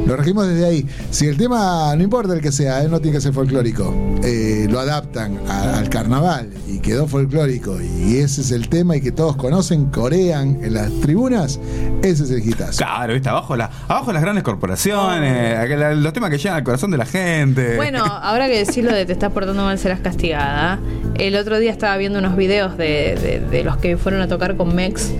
Lo regimos desde ahí. Si el tema, no importa el que sea, ¿eh? no tiene que ser folclórico, eh, lo adaptan a- al carnaval y quedó folclórico y ese es el tema y que todos conocen, corean en las tribunas, ese es el hitazo. Claro, viste, abajo, la, abajo las grandes corporaciones, aquel- los temas que llegan al corazón de la gente. Bueno, ahora que decís lo de te estás portando mal, serás castigada. El otro día estaba viendo unos videos de, de- de los que fueron a tocar con Mex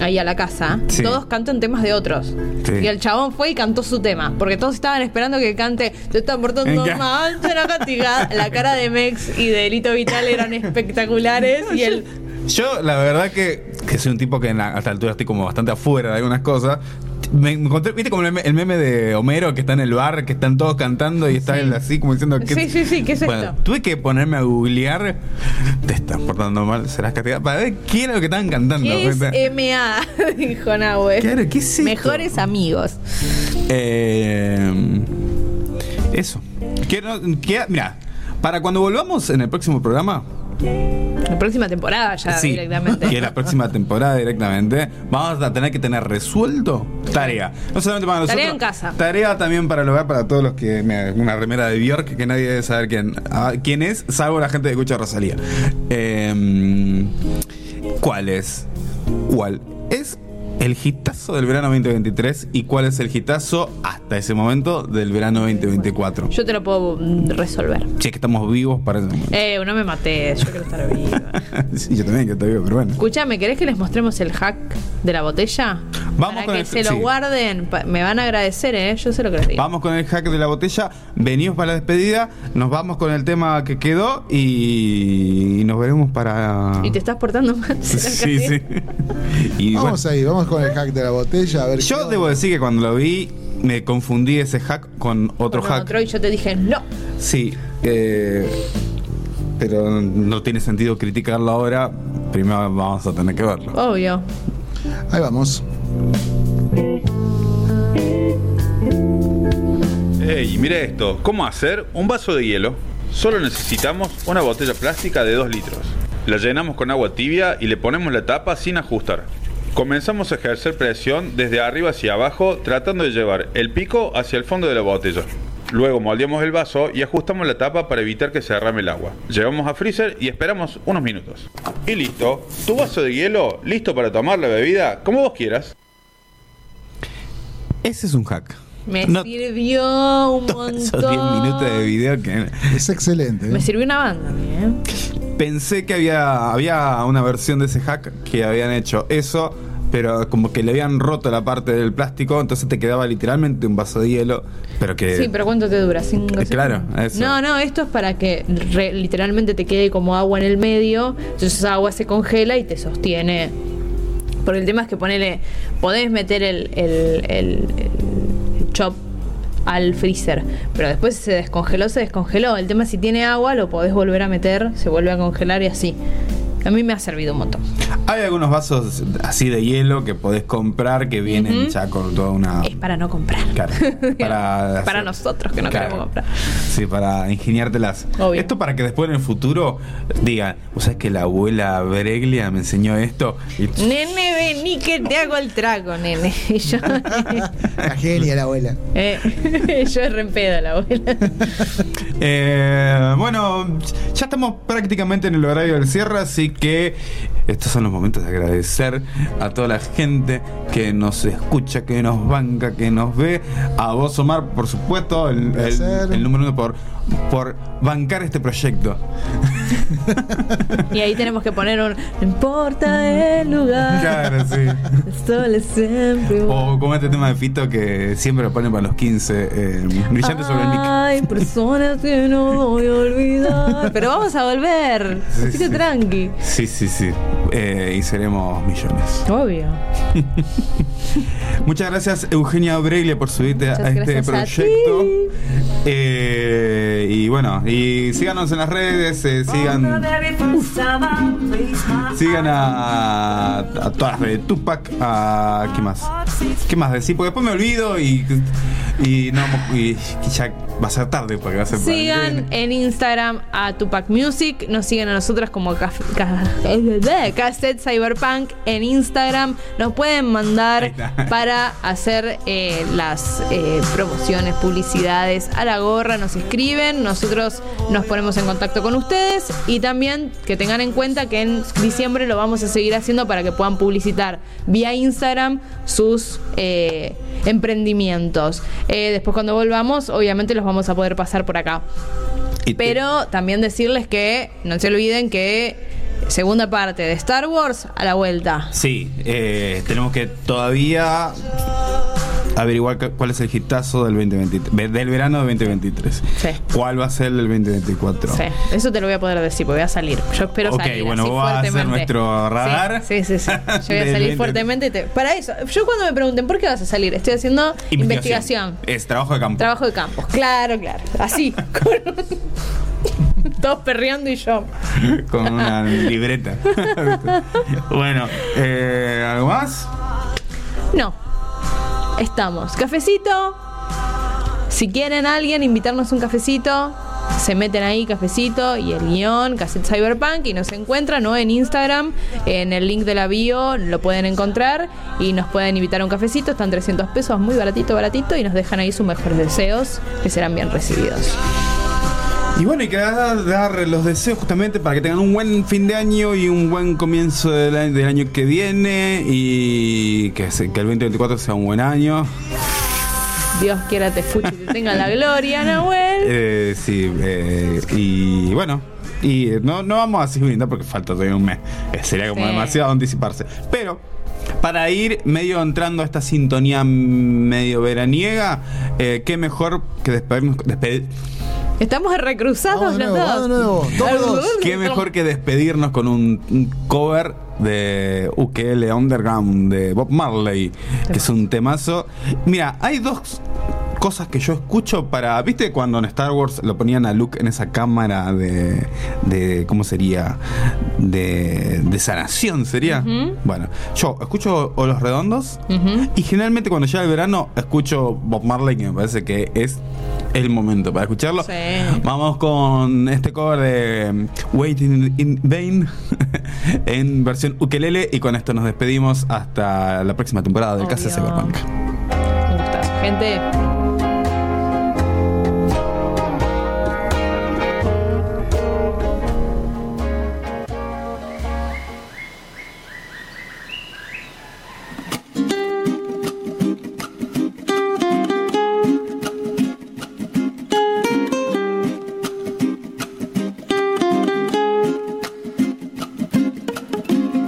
ahí a la casa. Sí. Todos cantan temas de otros. Sí. Y el chabón fue y cantó su tema. Porque todos estaban esperando que cante te estás portando Venga. mal, serás castigada. La cara de Mex y de Lito Vital eran espectaculares. y él. Yo, la verdad que, que soy un tipo que en la- a esta altura estoy como bastante afuera de algunas cosas. Me, me encontré, viste como el meme, el meme de Homero que está en el bar, que están todos cantando y está Sí. él así como diciendo que... Sí, sí, sí, ¿qué es Bueno, esto? tuve que ponerme a googlear, te estás portando mal, serás castigado, para ver quién era lo que estaban cantando. ¿Qué es eh, ¿viste? MA? Dijo Nahue. Claro, ¿qué es esto? Mejores amigos. Eh, eso. Quiero, que- mira, para cuando volvamos en el próximo programa, La próxima temporada ya sí, directamente. y en la próxima temporada directamente, vamos a tener que tener resuelto tarea. No solamente para nosotros. Tarea en casa. Tarea también para el hogar, para todos los que. mira, una remera de Bjork que nadie debe saber quién, ah, quién es, salvo la gente que escucha a Rosalía. Eh, ¿Cuál es? ¿Cuál es el hitazo del verano 2023 y cuál es el hitazo hasta ese momento del verano 2024? Yo te lo puedo mm, resolver. Si es que estamos vivos para ese momento. Eh, no me maté, yo quiero estar viva. Sí, yo también, que estoy vivo, pero bueno. Escuchame, ¿querés que les mostremos el hack de la botella? Vamos Para con que el- se lo sí. guarden. pa- Me van a agradecer, ¿eh? Yo sé lo que les digo. Vamos con el hack de la botella, venimos para la despedida, nos vamos con el tema que quedó y, y nos veremos para... Y te estás portando mal. Sí, sí. Y vamos bueno, ahí, vamos con el hack de la botella, a ver qué yo onda. debo decir que cuando lo vi me confundí ese hack con otro Otro hack. Otro, y yo te dije, no. Sí, eh, pero no tiene sentido criticarlo ahora, primero vamos a tener que verlo. Obvio. Ahí vamos. Ey, mira esto, ¿cómo hacer un vaso de hielo? Solo necesitamos una botella plástica de 2 litros. La llenamos con agua tibia y le ponemos la tapa sin ajustar. Comenzamos a ejercer presión desde arriba hacia abajo tratando de llevar el pico hacia el fondo de la botella. Luego moldeamos el vaso y ajustamos la tapa para evitar que se derrame el agua. Llevamos a freezer y esperamos unos minutos. Y listo, tu vaso de hielo listo para tomar la bebida como vos quieras. Ese es un hack. Me No- sirvió un montón. Esos 10 minutos de video que... Es excelente. ¿eh? Me sirvió una banda, ¿eh? Pensé que había, había una versión de ese hack que habían hecho eso, pero como que le habían roto la parte del plástico, entonces te quedaba literalmente un vaso de hielo, pero que... Sí, pero ¿cuánto te dura? ¿Cinco Eh, segundos? claro, eso. No, no, esto es para que re- literalmente te quede como agua en el medio, entonces esa agua se congela y te sostiene. Porque el tema es que ponele, podés meter el, el- el- el chop al freezer, pero después si se descongeló, se descongeló. El tema es si tiene agua, lo podés volver a meter, se vuelve a congelar y así. A mí me ha servido un montón. Hay algunos vasos así de hielo que podés comprar que vienen ya con toda una... Es para no comprar. Claro, para, Eh. Para nosotros que no queremos comprar. Sí, para ingeniártelas. Obvio. Esto para que después en el futuro digan, ¿vos sabés que la abuela Breglia me enseñó esto? Y Nene, vení que te hago el trago, nene. Y yo, La genia, la abuela. Eh, yo es re en pedo la abuela. Eh, bueno, ya estamos prácticamente en el horario del cierre, así que estos son los momentos de agradecer a toda la gente que nos escucha, que nos banca, que nos ve. A vos, Omar, por supuesto, el, el- placer. el número uno por, por bancar este proyecto. Y ahí tenemos que poner un. No importa el lugar, Claro, sí. el sol es siempre igual". O como este tema de Fito que siempre lo ponen para los 15, eh, brillante sobre el mic. Hay personas que no voy a olvidar. Pero vamos a volver. Sí, Así que sí. tranqui. Sí, sí, sí. Eh, y seremos millones. Obvio. Muchas gracias Eugenia Breglia por subirte a Muchas este gracias a proyecto. Eh, y bueno, y síganos en las redes, eh, sigan, sigan a, a todas las redes Tupac, a ¿qué más? ¿Qué más decir? Porque después me olvido y Y no, y ya va a ser tarde para que va a ser para el Sigan que en Instagram a Tupac Music, nos siguen a nosotras como Caf- Ca- Cassette Cyberpunk en Instagram. Nos pueden Ahí mandar está. para hacer eh, las eh, promociones, publicidades a la gorra, nos escriben, nosotros nos ponemos en contacto con ustedes y también que tengan en cuenta que en diciembre lo vamos a seguir haciendo para que puedan publicitar vía Instagram sus... eh, emprendimientos. Eh, después cuando volvamos, obviamente los vamos a poder pasar por acá. viene. Y te- Pero también decirles que no se olviden que segunda parte de Star Wars a la vuelta. Sí, eh, tenemos que todavía averiguar cu- cuál es el hitazo del 2023, ve- del verano del 2023. Sí. ¿Cuál va a ser el del 2024? Sí, eso te lo voy a poder decir, porque voy a salir. Yo espero Ok, salir. bueno, así vos vas a hacer fuertemente. nuestro radar. Sí, sí, sí. sí. Yo voy a Del salir 20. fuertemente. y te- Para eso, yo cuando me pregunten por qué vas a salir, estoy haciendo investigación. Es trabajo de campo. Trabajo de campo. Claro, claro. Así. con- Todos perreando y yo. Con una libreta. bueno, eh, ¿algo más? No. Estamos. Cafecito. Si quieren alguien invitarnos un cafecito, se meten ahí, cafecito y el guión, Cassette Cyberpunk, y nos encuentran o en Instagram, en el link de la bio lo pueden encontrar y nos pueden invitar a un cafecito. Están 300 pesos, muy baratito, baratito, y nos dejan ahí sus mejores deseos que serán bien recibidos. Y bueno, y que da- dar los deseos justamente para que tengan un buen fin de año y un buen comienzo del año, del año que viene y que, se- que el 2024 sea un buen año. Dios quiera te escuche y te tenga la gloria, Nahuel. Eh, sí, eh, y bueno, y eh, no, no vamos a así brindar porque falta todavía un mes. Eh, Sería como Sí. demasiado anticiparse. Pero para ir medio entrando a esta sintonía medio veraniega, eh, qué mejor que despedirnos, despedir- Estamos recruzados Vamos de los nuevo, dos. vamos de nuevo. Todos. qué mejor que despedirnos con un, un cover de UKL Underground de Bob Marley, que es un temazo. Mira, hay dos cosas que yo escucho para, ¿viste cuando en Star Wars lo ponían a Luke en esa cámara de, de ¿cómo sería? De, de sanación sería. Bueno, yo escucho o Los Redondos y generalmente cuando llega el verano escucho Bob Marley que me parece que es el momento para escucharlo. Sí. Vamos con este cover de Waiting in Vain en versión ukelele y con esto nos despedimos hasta la próxima temporada del Casa Obvio. Cyberpunk. Un gustazo. Gente,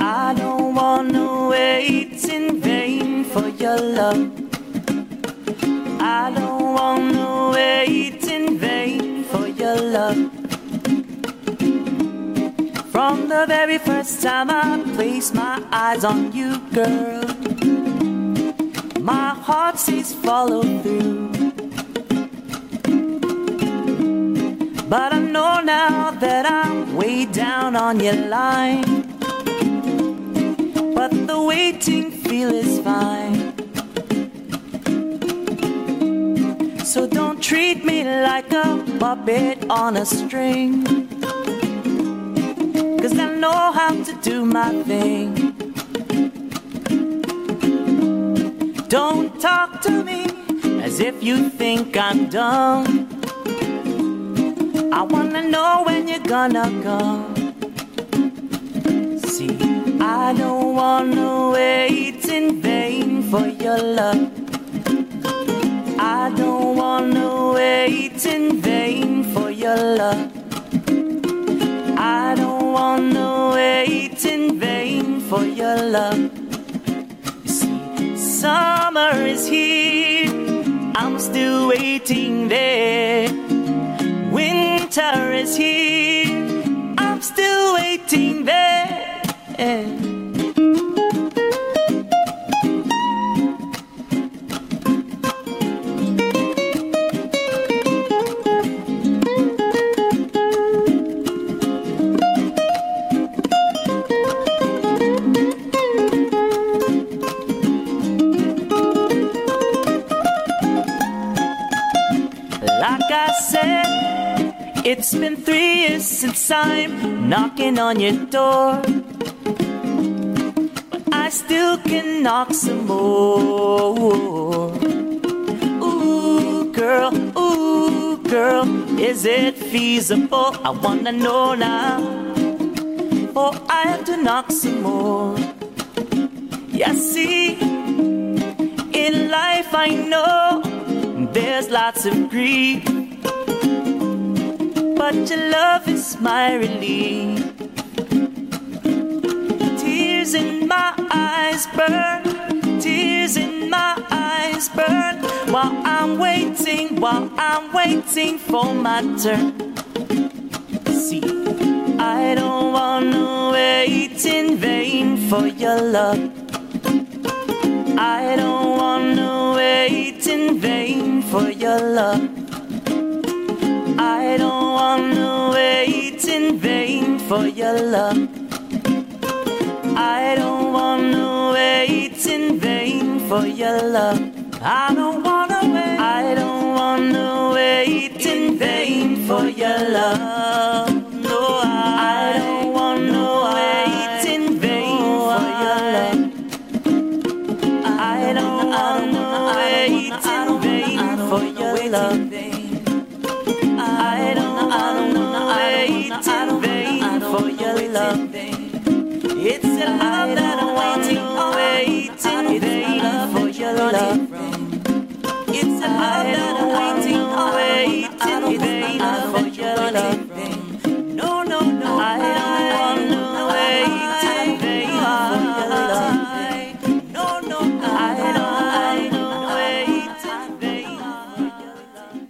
I don't wanna wait in vain for your love. I don't wanna wait in vain for your love. From the very first time I placed my eyes on you, girl, my heart says follow through. But I know now that I'm way down on your line. But the waiting feel is fine. So don't treat me like a puppet on a string. Cause I know how to do my thing. Don't talk to me as if you think I'm dumb. I wanna know when you're gonna come. See, I don't wanna wait in vain for your love. I don't wanna wait in vain for your love. I don't wanna wait in vain for your love. You see, summer is here. I'm still waiting there. Winter is here. I'm still waiting there. Like I said, it's been three years since I'm knocking on your door. But I still can knock some more. Ooh, girl, ooh, girl, is it feasible? I wanna know now. For I have to knock some more. Yeah, see, in life I know there's lots of grief. But your love is my relief. Tears in my eyes burn, tears in my eyes burn. While I'm waiting, while I'm waiting for my turn. See, I don't wanna wait in vain for your love. I don't wanna wait in vain for your love. I don't wanna wait in vain for your love. I don't wanna wait in vain for your love. I don't wanna wait. I don't wanna wait in vain for your love. No, I don't wanna wait in vain for your love. I don't wanna wait in vain for your love. I don't wanna wait in vain for your love. It's a love that I'm waiting on. Waiting vain for your love. It's a love that I'm waiting on. Waiting vain for your love. No, no, no. I don't wanna wait in vain for your love. No, no, no. I don't wanna wait in vain for your love.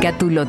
Cátulo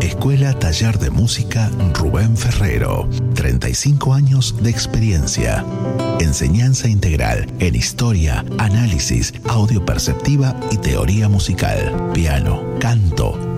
Escuela Taller de Música Rubén Ferrero. 35 años de experiencia. Enseñanza integral en historia, análisis, audio perceptiva y teoría musical. Piano, canto,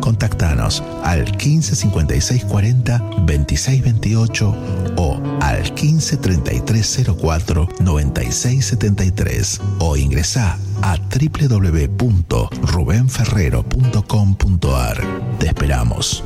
Contactanos al 155640 2628 o al 153304 9673 o ingresa a www.rubenferrero.com.ar. Te esperamos.